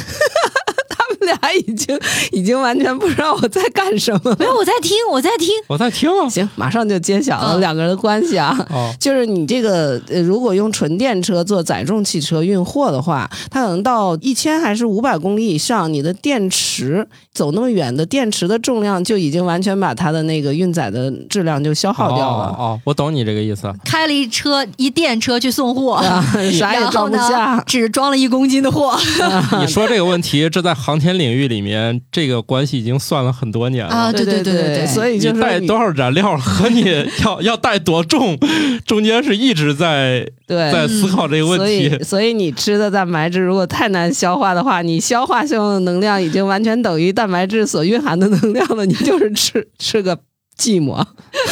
Speaker 2: 他们俩已经已经完全不知道我在干什么
Speaker 3: 没
Speaker 2: 了。
Speaker 3: 有，我在听，我在听。
Speaker 1: 我在
Speaker 2: [LAUGHS]
Speaker 1: 听啊。
Speaker 2: 行，马上就揭晓了
Speaker 3: 嗯
Speaker 2: 两个人的关系啊。
Speaker 1: 哦，
Speaker 2: 就是你这个呃，如果用纯电车做载重汽车运货的话，它可能到一千还是五百公里以上，你的电池走那么远的电池的重量就已经完全把它的那个运载的质量就消耗掉
Speaker 1: 哦
Speaker 2: 了，
Speaker 1: 哦，我懂你这个意
Speaker 2: [LAUGHS]
Speaker 1: 思。
Speaker 3: 开了一车一电车去送货，
Speaker 2: 啊， [LAUGHS]
Speaker 3: [LAUGHS]
Speaker 2: 啥也
Speaker 3: 然后
Speaker 2: 装不
Speaker 3: 呢
Speaker 2: [LAUGHS] 下，。
Speaker 3: 只装了一公斤的货。
Speaker 1: 你说这个问题，这在航天领域里面，这个关系已经算了很多年了。
Speaker 3: 啊对
Speaker 2: 对
Speaker 3: 对对对对
Speaker 2: 所以
Speaker 1: 你
Speaker 2: 就是
Speaker 1: 带
Speaker 2: 你
Speaker 1: 多少燃料和你 [LAUGHS] 要要带多重，中间是一直
Speaker 2: [LAUGHS]
Speaker 1: 在在
Speaker 2: 对。
Speaker 1: 思考这个问
Speaker 2: 嗯所
Speaker 1: 题
Speaker 2: [LAUGHS] 以，。所以你吃的蛋白质如果太难消化的话，你消化性的能量已经完全等于蛋白质所蕴含的能量了，你就是吃吃个寂寞。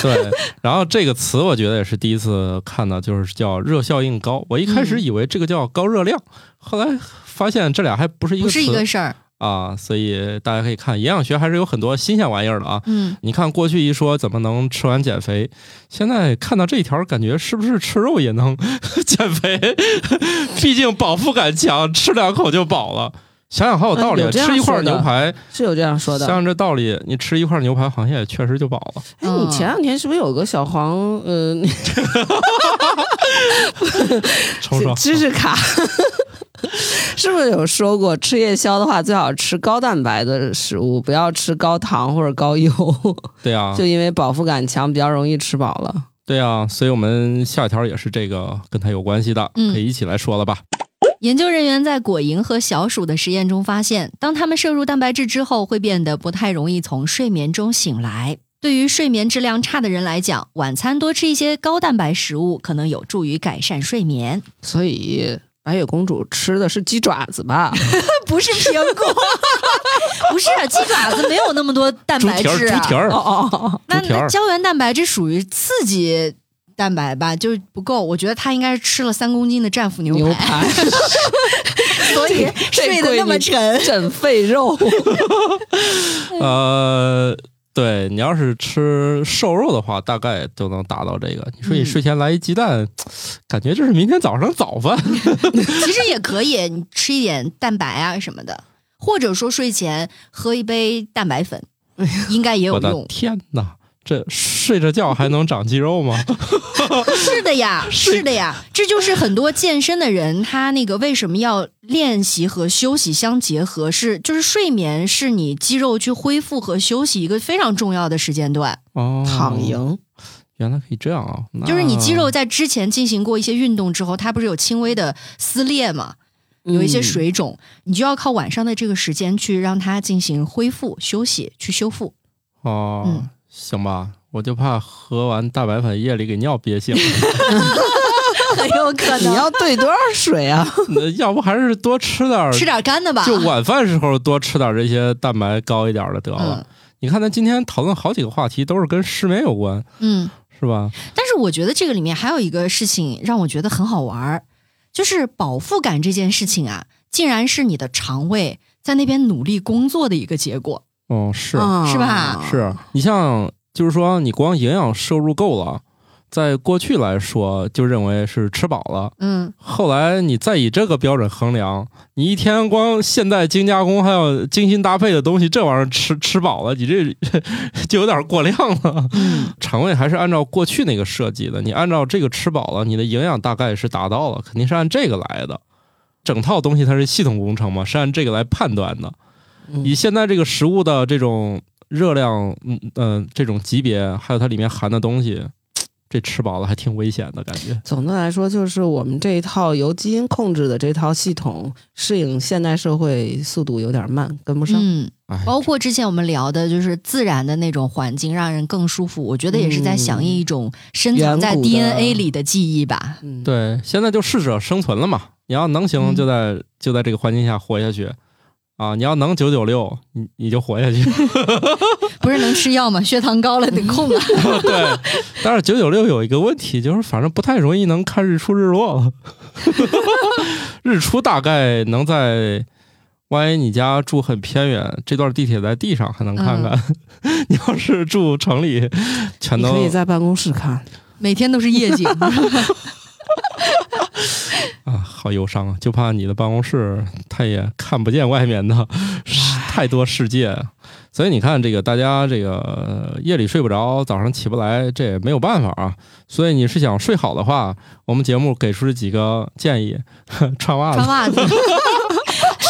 Speaker 1: 对，然后这个词我觉得也是第一次看到，就是叫热效应高。我一开
Speaker 2: 嗯
Speaker 1: 始以为这个叫高热量，后来发现这俩还不是一
Speaker 3: 不
Speaker 1: 个
Speaker 3: 是一个
Speaker 1: 词
Speaker 3: 事儿。
Speaker 1: 啊。所以大家可以看营养学还是有很多新鲜玩意儿的啊。
Speaker 3: 嗯，
Speaker 1: 你看过去一说怎么能吃完减肥，现在看到这一条，感觉是不是吃肉也能 [LAUGHS] 减肥？ [LAUGHS] 毕竟饱腹感强，吃两口就饱了。想想好有道理，
Speaker 2: 嗯有这样
Speaker 1: 吃一块
Speaker 2: 说的
Speaker 1: 牛排，
Speaker 2: [LAUGHS] 是有这样说的，
Speaker 1: 像这道理，你吃一块牛排，好像也确实就饱了。
Speaker 2: 哎，你
Speaker 3: 嗯
Speaker 2: 前两天是不是有个小黄呃 [LAUGHS] 那
Speaker 1: 重说，
Speaker 2: 知识卡？ [LAUGHS] 是不是有说过吃夜宵的话，最好吃高蛋白的食物，不要吃高糖或者高油，
Speaker 1: 对啊，
Speaker 2: [LAUGHS] 就因为饱腹感强，比较容易吃饱了。
Speaker 1: 对啊，所以我们下一条也是这个跟它有关系的，
Speaker 3: 嗯
Speaker 1: 可以一起来说了吧？
Speaker 3: 研究人员在果蝇和小鼠的实验中发现，当它们摄入蛋白质之后，会变得不太容易从睡眠中醒来。对于睡眠质量差的人来讲，晚餐多吃一些高蛋白食物，可能有助于改善睡眠。
Speaker 2: 所以白雪公主吃的是鸡爪子
Speaker 1: [LAUGHS]
Speaker 2: 吧？
Speaker 3: 不是苹果， [LAUGHS] 不是鸡爪子没有那么多蛋
Speaker 1: 猪
Speaker 3: 白
Speaker 1: 蹄儿，
Speaker 3: 质、
Speaker 1: 猪
Speaker 3: 啊。
Speaker 1: 蹄儿，
Speaker 2: 哦哦哦，
Speaker 3: 那
Speaker 1: 猪蹄
Speaker 3: 那
Speaker 1: 儿
Speaker 3: 胶原蛋白质属于刺激蛋白吧，就是不够。我觉得他应该是吃了三公斤的战斧牛
Speaker 2: 牛
Speaker 3: 排，
Speaker 2: 排，
Speaker 3: [LAUGHS] 所以
Speaker 2: [LAUGHS] 这
Speaker 3: 睡得
Speaker 2: 闺
Speaker 3: 那么
Speaker 2: 女
Speaker 3: 沉。
Speaker 2: 整肺
Speaker 3: [LAUGHS]
Speaker 2: 肉。
Speaker 1: 呃，对你要是吃瘦肉的话，大概都能达到这个。你说你
Speaker 3: 嗯
Speaker 1: 睡前来一鸡蛋，感觉这是明天早上早饭。
Speaker 3: [LAUGHS] 其实也可以，你吃一点蛋白啊什么的，或者说睡前喝一杯蛋白粉，应该也有
Speaker 1: 我的
Speaker 3: 用。
Speaker 1: 天哪！这睡着觉还能长肌肉吗？
Speaker 3: [LAUGHS] 是的呀，是的呀，这就是很多健身的人他那个为什么要练习和休息相结合，是就是睡眠是你肌肉去恢复和休息一个非常重要的时间段。
Speaker 1: 哦，
Speaker 2: 躺赢，
Speaker 1: 原来可以这样啊！那
Speaker 3: 就是你肌肉在之前进行过一些运动之后，它不是有轻微的撕裂嘛，
Speaker 2: 嗯
Speaker 3: 有一些水肿，你就要靠晚上的这个时间去让它进行恢复、休息、去修复。
Speaker 1: 哦，
Speaker 3: 嗯
Speaker 1: 行吧，我就怕喝完大白粉夜里给尿
Speaker 3: [LAUGHS]
Speaker 1: 憋醒，
Speaker 3: 很有可
Speaker 2: 你要兑多少水啊？
Speaker 1: 那要不还是多吃点儿，
Speaker 3: 吃点干的吧。
Speaker 1: 就晚饭时候多吃点儿这些蛋白高一点儿的得了。
Speaker 2: 啊
Speaker 3: 嗯
Speaker 1: 你看，咱今天讨论好几个话题都是跟失眠有关，
Speaker 3: 嗯，
Speaker 1: 是吧？
Speaker 3: 但是我觉得这个里面还有一个事情让我觉得很好玩儿，就是饱腹感这件事情啊，竟然是你的肠胃在那边努力工作的一个结果。
Speaker 1: 哦，是、
Speaker 2: 啊
Speaker 3: 嗯是吧
Speaker 1: 是，你像就是说，你光营养摄入够了，在过去来说就认为是吃饱了，
Speaker 3: 嗯，
Speaker 1: 后来你再以这个标准衡量，你一天光现代精加工还有精心搭配的东西，这玩意儿吃吃饱了，你这 [LAUGHS] 就有点过量了。肠胃还是按照过去那个设计的，你按照这个吃饱了，你的营养大概是达到了，肯定是按这个来的。整套东西它是系统工程嘛，是按这个来判断的。
Speaker 2: 嗯
Speaker 1: 以现在这个食物的这种热量，嗯嗯、呃这种级别，还有它里面含的东西，这吃饱了还挺危险的感觉。
Speaker 2: 总的来说，就是我们这一套由基因控制的这套系统，适应现代社会速度有点慢，跟不上。
Speaker 3: 嗯，
Speaker 1: 哎，
Speaker 3: 包括之前我们聊的，就是自然的那种环境让人更舒服，我觉得也是在响应一种深藏在
Speaker 2: 远古的
Speaker 3: DNA 里的记忆吧。
Speaker 2: 嗯，
Speaker 1: 对，现在就适者生存了嘛。你要能行，
Speaker 3: 嗯
Speaker 1: 就在、就在这个环境下活下去啊！你要能九九六，你你就活下去。 [LAUGHS]
Speaker 3: 不是能吃药吗？血糖高了得控
Speaker 2: [LAUGHS]
Speaker 3: 啊。
Speaker 1: 对，但是九九六有一个问题，就是反正不太容易能看日出日落 [LAUGHS] 了。日出大概能在，万一你家住很偏远，这段地铁在地上还能看看。 [LAUGHS] 你要是住城里，全
Speaker 2: 嗯你
Speaker 1: 都
Speaker 2: 可以在办公室看。
Speaker 3: 每天都是夜景。
Speaker 2: [LAUGHS]
Speaker 1: 啊，好忧伤啊！就怕你的办公室他也看不见外面的世太多世界，所以你看这个大家这个呃夜里睡不着，早上起不来，这也没有办法啊。所以你是想睡好的话，我们节目给出了几个建议： [LAUGHS] 穿袜
Speaker 3: 穿
Speaker 1: 子、
Speaker 2: [LAUGHS]
Speaker 3: 袜子、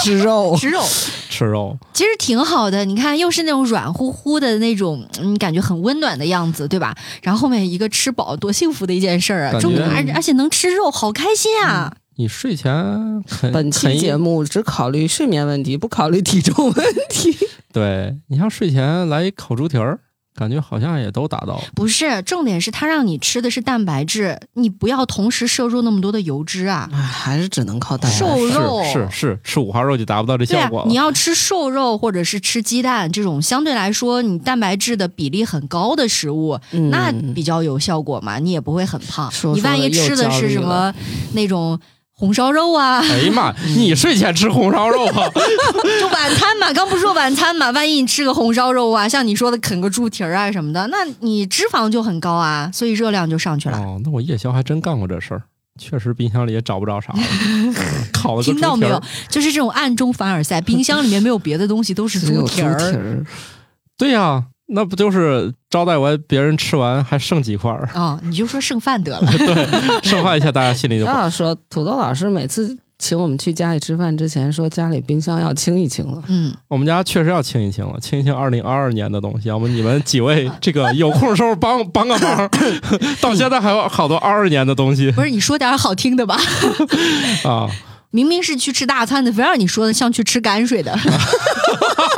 Speaker 2: 吃肉，
Speaker 3: 吃肉，
Speaker 1: 吃肉。
Speaker 3: 其实挺好的。你看，又是那种软乎乎的那种，嗯，感觉很温暖的样子，对吧？然后后面一个吃饱，多幸福的一件事儿啊！
Speaker 1: 感觉
Speaker 3: 终于，而而且能吃肉，好开心啊！
Speaker 2: 嗯
Speaker 1: 你睡前啃
Speaker 2: 本
Speaker 1: 啃
Speaker 2: 期
Speaker 1: 一
Speaker 2: 节目只考虑睡眠问题，不考虑体重问题。
Speaker 1: 对你像睡前来一烤猪蹄儿，感觉好像也都达到了。
Speaker 3: 不是，重点是它让你吃的是蛋白质，你不要同时摄入那么多的油脂
Speaker 2: [LAUGHS]
Speaker 3: 啊。
Speaker 2: 哎，还是只能靠蛋白
Speaker 3: 瘦肉
Speaker 1: 是是是吃五花肉就达不到这
Speaker 3: 对
Speaker 1: 效
Speaker 3: 啊
Speaker 1: 果，了。
Speaker 3: 你要吃瘦肉或者是吃鸡蛋这种相对来说你蛋白质的比例很高的食物，
Speaker 2: 嗯
Speaker 3: 那比较有效果嘛，你也不会很胖。
Speaker 2: 说
Speaker 3: 你万一
Speaker 2: 说得又
Speaker 3: 吃的
Speaker 2: 焦
Speaker 3: 是
Speaker 2: 虑
Speaker 3: 什么
Speaker 2: 了
Speaker 3: 那种红烧肉啊，
Speaker 1: 哎呀妈，你睡前吃红烧肉啊？
Speaker 3: 就晚餐嘛，刚不是说晚餐嘛，万一你吃个红烧肉啊，像你说的啃个猪蹄儿啊什么的，那你脂肪就很高啊，所以热量就上去了。
Speaker 1: 哦，那我夜宵还真干过这事儿，确实冰箱里也找不着
Speaker 3: [LAUGHS]
Speaker 1: 啥了，烤了个
Speaker 3: 听到
Speaker 1: 猪蹄
Speaker 3: 没
Speaker 1: 儿
Speaker 3: 有？？就是这种暗中凡尔赛，冰箱里面没有别的东西，都
Speaker 2: [LAUGHS]
Speaker 3: 是
Speaker 2: 只有
Speaker 3: 猪
Speaker 2: 猪
Speaker 3: 蹄
Speaker 2: 蹄
Speaker 3: 儿。
Speaker 2: 儿，
Speaker 1: 对呀、那不就是招待完别人吃完还剩几块儿， [LAUGHS]
Speaker 3: 啊、你就说剩饭得了。
Speaker 1: 剩饭一下大家心里就
Speaker 3: [LAUGHS]
Speaker 2: 刚
Speaker 1: 不
Speaker 2: 好说，土豆老师每次请我们去家里吃饭之前，说家里冰箱要清一清了。
Speaker 3: 嗯，
Speaker 1: 我们家确实要清一清了，清一清二零二二年的东西。要么你们几位这个有空时候帮帮个忙， [LAUGHS] 到现在还有好多二二年的东西
Speaker 3: 不是，你说点儿好听的吧？
Speaker 1: 啊。
Speaker 3: 明明是去吃大餐的，非让你说的像去吃泔水的。 [LAUGHS]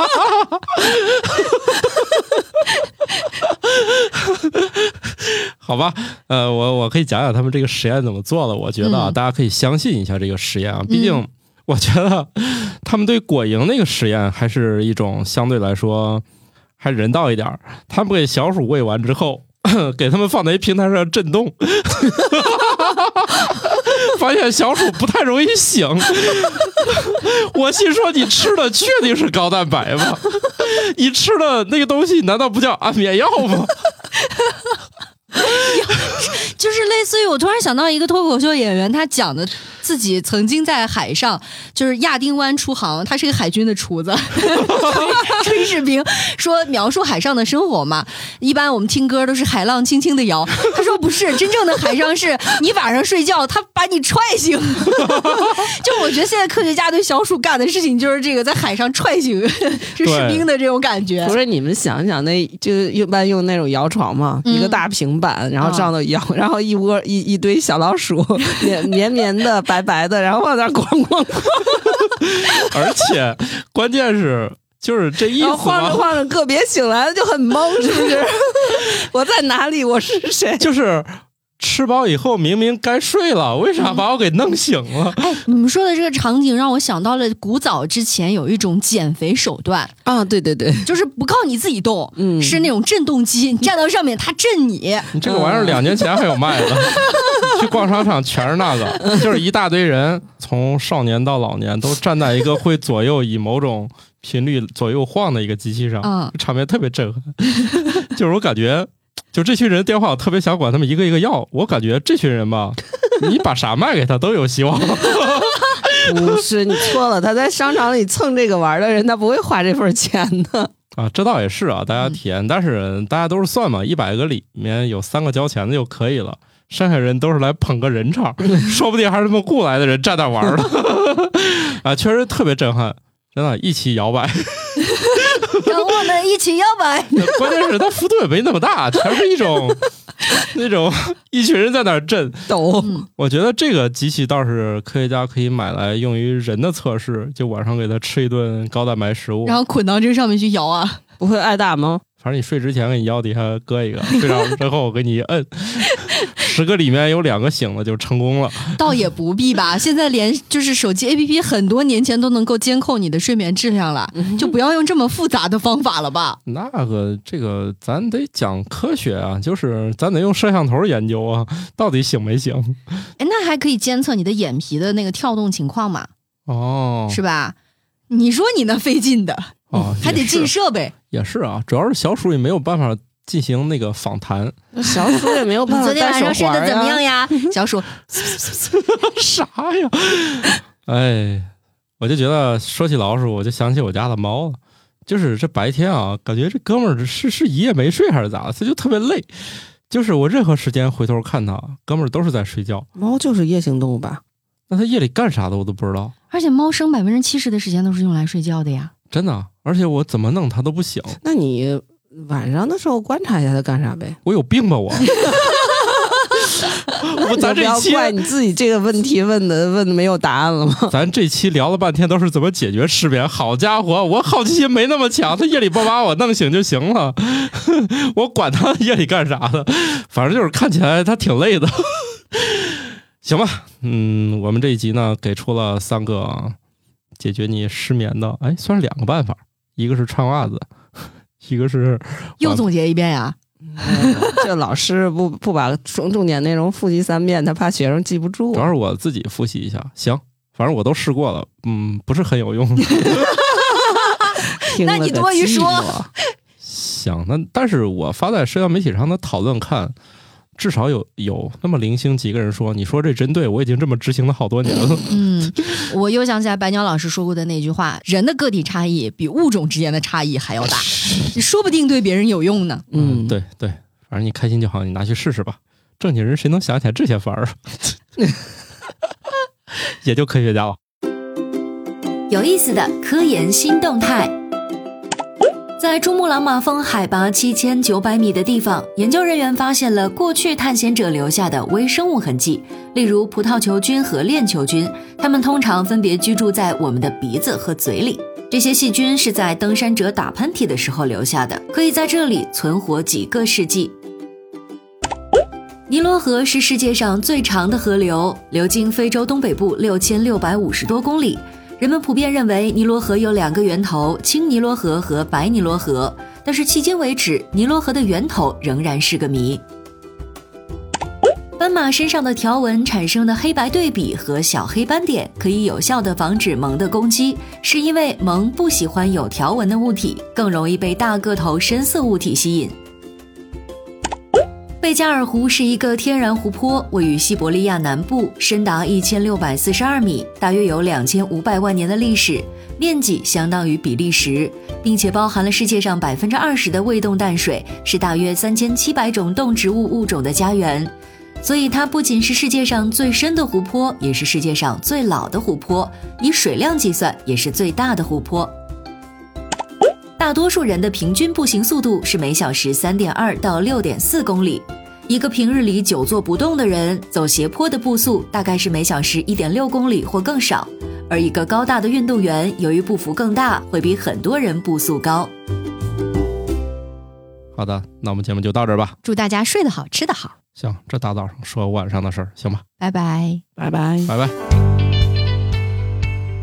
Speaker 1: 好吧，呃，我我可以讲讲他们这个实验怎么做的。我觉得啊，
Speaker 3: 嗯
Speaker 1: 大家可以相信一下这个实验啊，毕
Speaker 3: 嗯
Speaker 1: 竟我觉得他们对果蝇那个实验还是一种相对来说还人道一点儿。他们给小鼠喂完之后， [COUGHS] 给他们放在一平台上震动， [LAUGHS] 发现小鼠不太容易醒。 [LAUGHS] 我心说你吃的确定是高蛋白吗？ [LAUGHS] 你吃的那个东西难道不叫安眠药吗？
Speaker 3: 就是类似于我突然想到一个脱口秀演员，他讲的自己曾经在海上，就是亚丁湾出航，他是个海军的厨子， [LAUGHS] 炊事兵，说描述海上的生活嘛。一般我们听歌都是海浪轻轻的摇，他说不是，真正的海上是你晚上睡觉，他把你踹醒。 [LAUGHS] 就我觉得现在科学家对小鼠干的事情就是这个，在海上踹醒 [LAUGHS] 是士兵的这种感觉
Speaker 2: 不。是你们想想那，就是一般用那种摇床嘛，
Speaker 3: 嗯
Speaker 2: 一个大平板，然后上头摇， [LAUGHS] 然后一窝一一堆小老鼠， [LAUGHS] 绵绵绵的、白白的，然后往那儿咣咣
Speaker 3: [LAUGHS]
Speaker 2: 咣，
Speaker 1: [LAUGHS] 而且关键是就是这意
Speaker 2: [LAUGHS] 然
Speaker 1: 思
Speaker 2: 后晃着
Speaker 1: 吧，
Speaker 2: 晃着，个别醒来就很懵，是不是？ [LAUGHS] 我在哪里？我是谁？
Speaker 1: 就是吃饱以后明明该睡了，为啥把我给弄醒了？
Speaker 3: 哎，你们说的这个场景让我想到了古早之前有一种减肥手段，
Speaker 2: 啊，对对对，
Speaker 3: 就是不靠你自己动，
Speaker 2: 嗯
Speaker 3: 是那种震动 [LAUGHS] 机，你站到上面它震 [LAUGHS] 你。
Speaker 1: 你这个玩意儿
Speaker 2: 嗯
Speaker 1: 两年前还有卖的， [LAUGHS] 去逛商场全是那个，就是一大堆人从少年到老年都站在一个会左右以某种频率左右晃的一个机器上，
Speaker 3: 嗯
Speaker 1: 场面特别震撼。就是我感觉，就这群人电话，我特别想管他们一个一个要。我感觉这群人吧，你把啥卖给他都有希望。
Speaker 2: 不是你错了，他在商场里蹭这个玩儿的人，他不会花这份钱的。
Speaker 1: 啊，这倒也是啊，大家
Speaker 3: 嗯
Speaker 1: 体验，但是大家都是算嘛，一百个里面有三个交钱的就可以了。剩下人都是来捧个人
Speaker 3: [LAUGHS]
Speaker 1: 场，说不定还是他们雇来的人站那玩儿的， [LAUGHS] 啊，确实特别震撼，真的，一起摇摆。 [LAUGHS]
Speaker 4: 让我们一起摇摆。
Speaker 1: 关键是它幅度也没那么大，全是一种那种一群人在那儿震。
Speaker 2: 抖，
Speaker 3: 嗯
Speaker 1: 我觉得这个机器倒是科学家可以买来用于人的测试，就晚上给他吃一顿高蛋白食物，
Speaker 3: [LAUGHS] 然后捆到这上面去摇啊，
Speaker 2: 不会挨打
Speaker 3: [LAUGHS]
Speaker 2: 吗？
Speaker 1: 反正你睡之前给你腰底下搁一个，睡着之后我给你一
Speaker 3: [LAUGHS]
Speaker 1: 摁，十个里面有两个醒了就成功了。
Speaker 3: 倒也不必 [LAUGHS] 吧。现在连就是手机 APP 很多年前都能够监控你的睡眠质量了，就不要用这么复杂的方法了吧。
Speaker 1: 那个这个咱得讲科学啊，就是咱得用摄像头研究啊，到底醒没醒？
Speaker 3: [LAUGHS] 哎，那还可以监测你的眼皮的那个跳动情况嘛，
Speaker 1: 哦，
Speaker 3: 是吧？你说你那费劲的，
Speaker 1: 哦，
Speaker 3: [LAUGHS] 还得
Speaker 1: 也是
Speaker 3: 进设备，
Speaker 1: 也是啊，主要是小鼠也没有办法进行那个访谈，
Speaker 2: 小鼠也没有
Speaker 3: 你
Speaker 2: 办法
Speaker 3: 昨天
Speaker 2: 戴
Speaker 3: 晚
Speaker 2: 手啊
Speaker 3: 上睡
Speaker 2: 环
Speaker 3: 得
Speaker 2: 儿
Speaker 3: 怎么
Speaker 2: 呀
Speaker 3: 样 [LAUGHS] 呀？小鼠，
Speaker 2: [LAUGHS]
Speaker 1: 啥呀？哎，我就觉得说起老鼠，我就想起我家的猫了。就是这白天啊，感觉这哥们儿是是一夜没睡还是咋的，他就特别累。就是我任何时间回头看他，哥们儿都是在睡觉。
Speaker 2: 猫就是夜行动物吧？
Speaker 1: 那他夜里干啥的我都不知道，
Speaker 3: 而且猫生百分之七十的时间都是用来睡觉的呀。
Speaker 1: 真的。而且我怎么弄他都不醒，
Speaker 2: 那你晚上的时候观察一下它干啥呗？
Speaker 1: 我有病吧我？ [LAUGHS] 我
Speaker 2: 你就
Speaker 1: 咱
Speaker 2: 不
Speaker 1: 这
Speaker 2: 要
Speaker 1: 期
Speaker 2: 怪你自己这个问题问的问的没有答案了吗？
Speaker 1: [LAUGHS] 咱这期聊了半天都是怎么解决失眠，好家伙，我好奇心没那么强，他夜里不把我弄醒就行了， [LAUGHS] 我管他夜里干啥的，反正就是看起来他挺累的。 [LAUGHS] 行吧，嗯，我们这一集呢给出了三个解决你失眠的，哎，算是两个办法，一个是穿袜子， [LAUGHS] 一个是
Speaker 3: 又总结一遍呀、嗯
Speaker 2: [LAUGHS] 这老师不不把重重点内容复习三遍，他怕学生记不住
Speaker 1: 主。要是我自己复习一下，行，反正我都试过了，嗯，不是很有用。
Speaker 2: 听
Speaker 3: 那
Speaker 2: 了
Speaker 3: 你
Speaker 2: 个
Speaker 3: 多余
Speaker 2: 寂
Speaker 3: 说
Speaker 2: 寞
Speaker 1: 想，那但是我发在社交媒体上的讨论看，至少有有那么零星几个人说，你说这真对，我已经这么执行了好多年了。
Speaker 3: 嗯， [LAUGHS] 我又想起来白鸟老师说过的那句话：人的个体差异比物种之间的差异还要大，你说不定对别人有用呢。
Speaker 2: 嗯，
Speaker 1: 对对，反正你开心就好，你拿去试试吧。正经人谁能想起来这些法儿？ [LAUGHS] 也就科学家了。
Speaker 4: 有意思的科研新动态。在珠穆朗玛峰海拔七千九百米的地方，研究人员发现了过去探险者留下的微生物痕迹，例如葡萄球菌和链球菌，它们通常分别居住在我们的鼻子和嘴里。这些细菌是在登山者打喷嚏的时候留下的，可以在这里存活几个世纪。尼罗河是世界上最长的河流，流经非洲东北部六千六百五十多公里。人们普遍认为尼罗河有两个源头，青尼罗河和白尼罗河，但是迄今为止，尼罗河的源头仍然是个谜。斑马身上的条纹产生的黑白对比和小黑斑点，可以有效地防止萌的攻击，是因为萌不喜欢有条纹的物体，更容易被大个头深色物体吸引。贝加尔湖是一个天然湖泊，位于西伯利亚南部，深达一千六百四十二米，大约有两千五百万年的历史，面积相当于比利时，并且包含了世界上百分之二十的未动淡水，是大约三千七百种动植物物种的家园。所以它不仅是世界上最深的湖泊，也是世界上最老的湖泊，以水量计算也是最大的湖泊。大多数人的平均步行速度是每小时三点二到六点四公里。一个平日里久坐不动的人，走斜坡的步速大概是每小时一点六公里或更少。而一个高大的运动员，由于步幅更大，会比很多人步速高。
Speaker 1: 好的，那我们节目就到这儿吧。
Speaker 3: 祝大家睡得好，吃得好，
Speaker 1: 行，这大早上说晚上的事儿，行吧，
Speaker 3: 拜拜。
Speaker 2: 拜拜。
Speaker 1: 拜拜。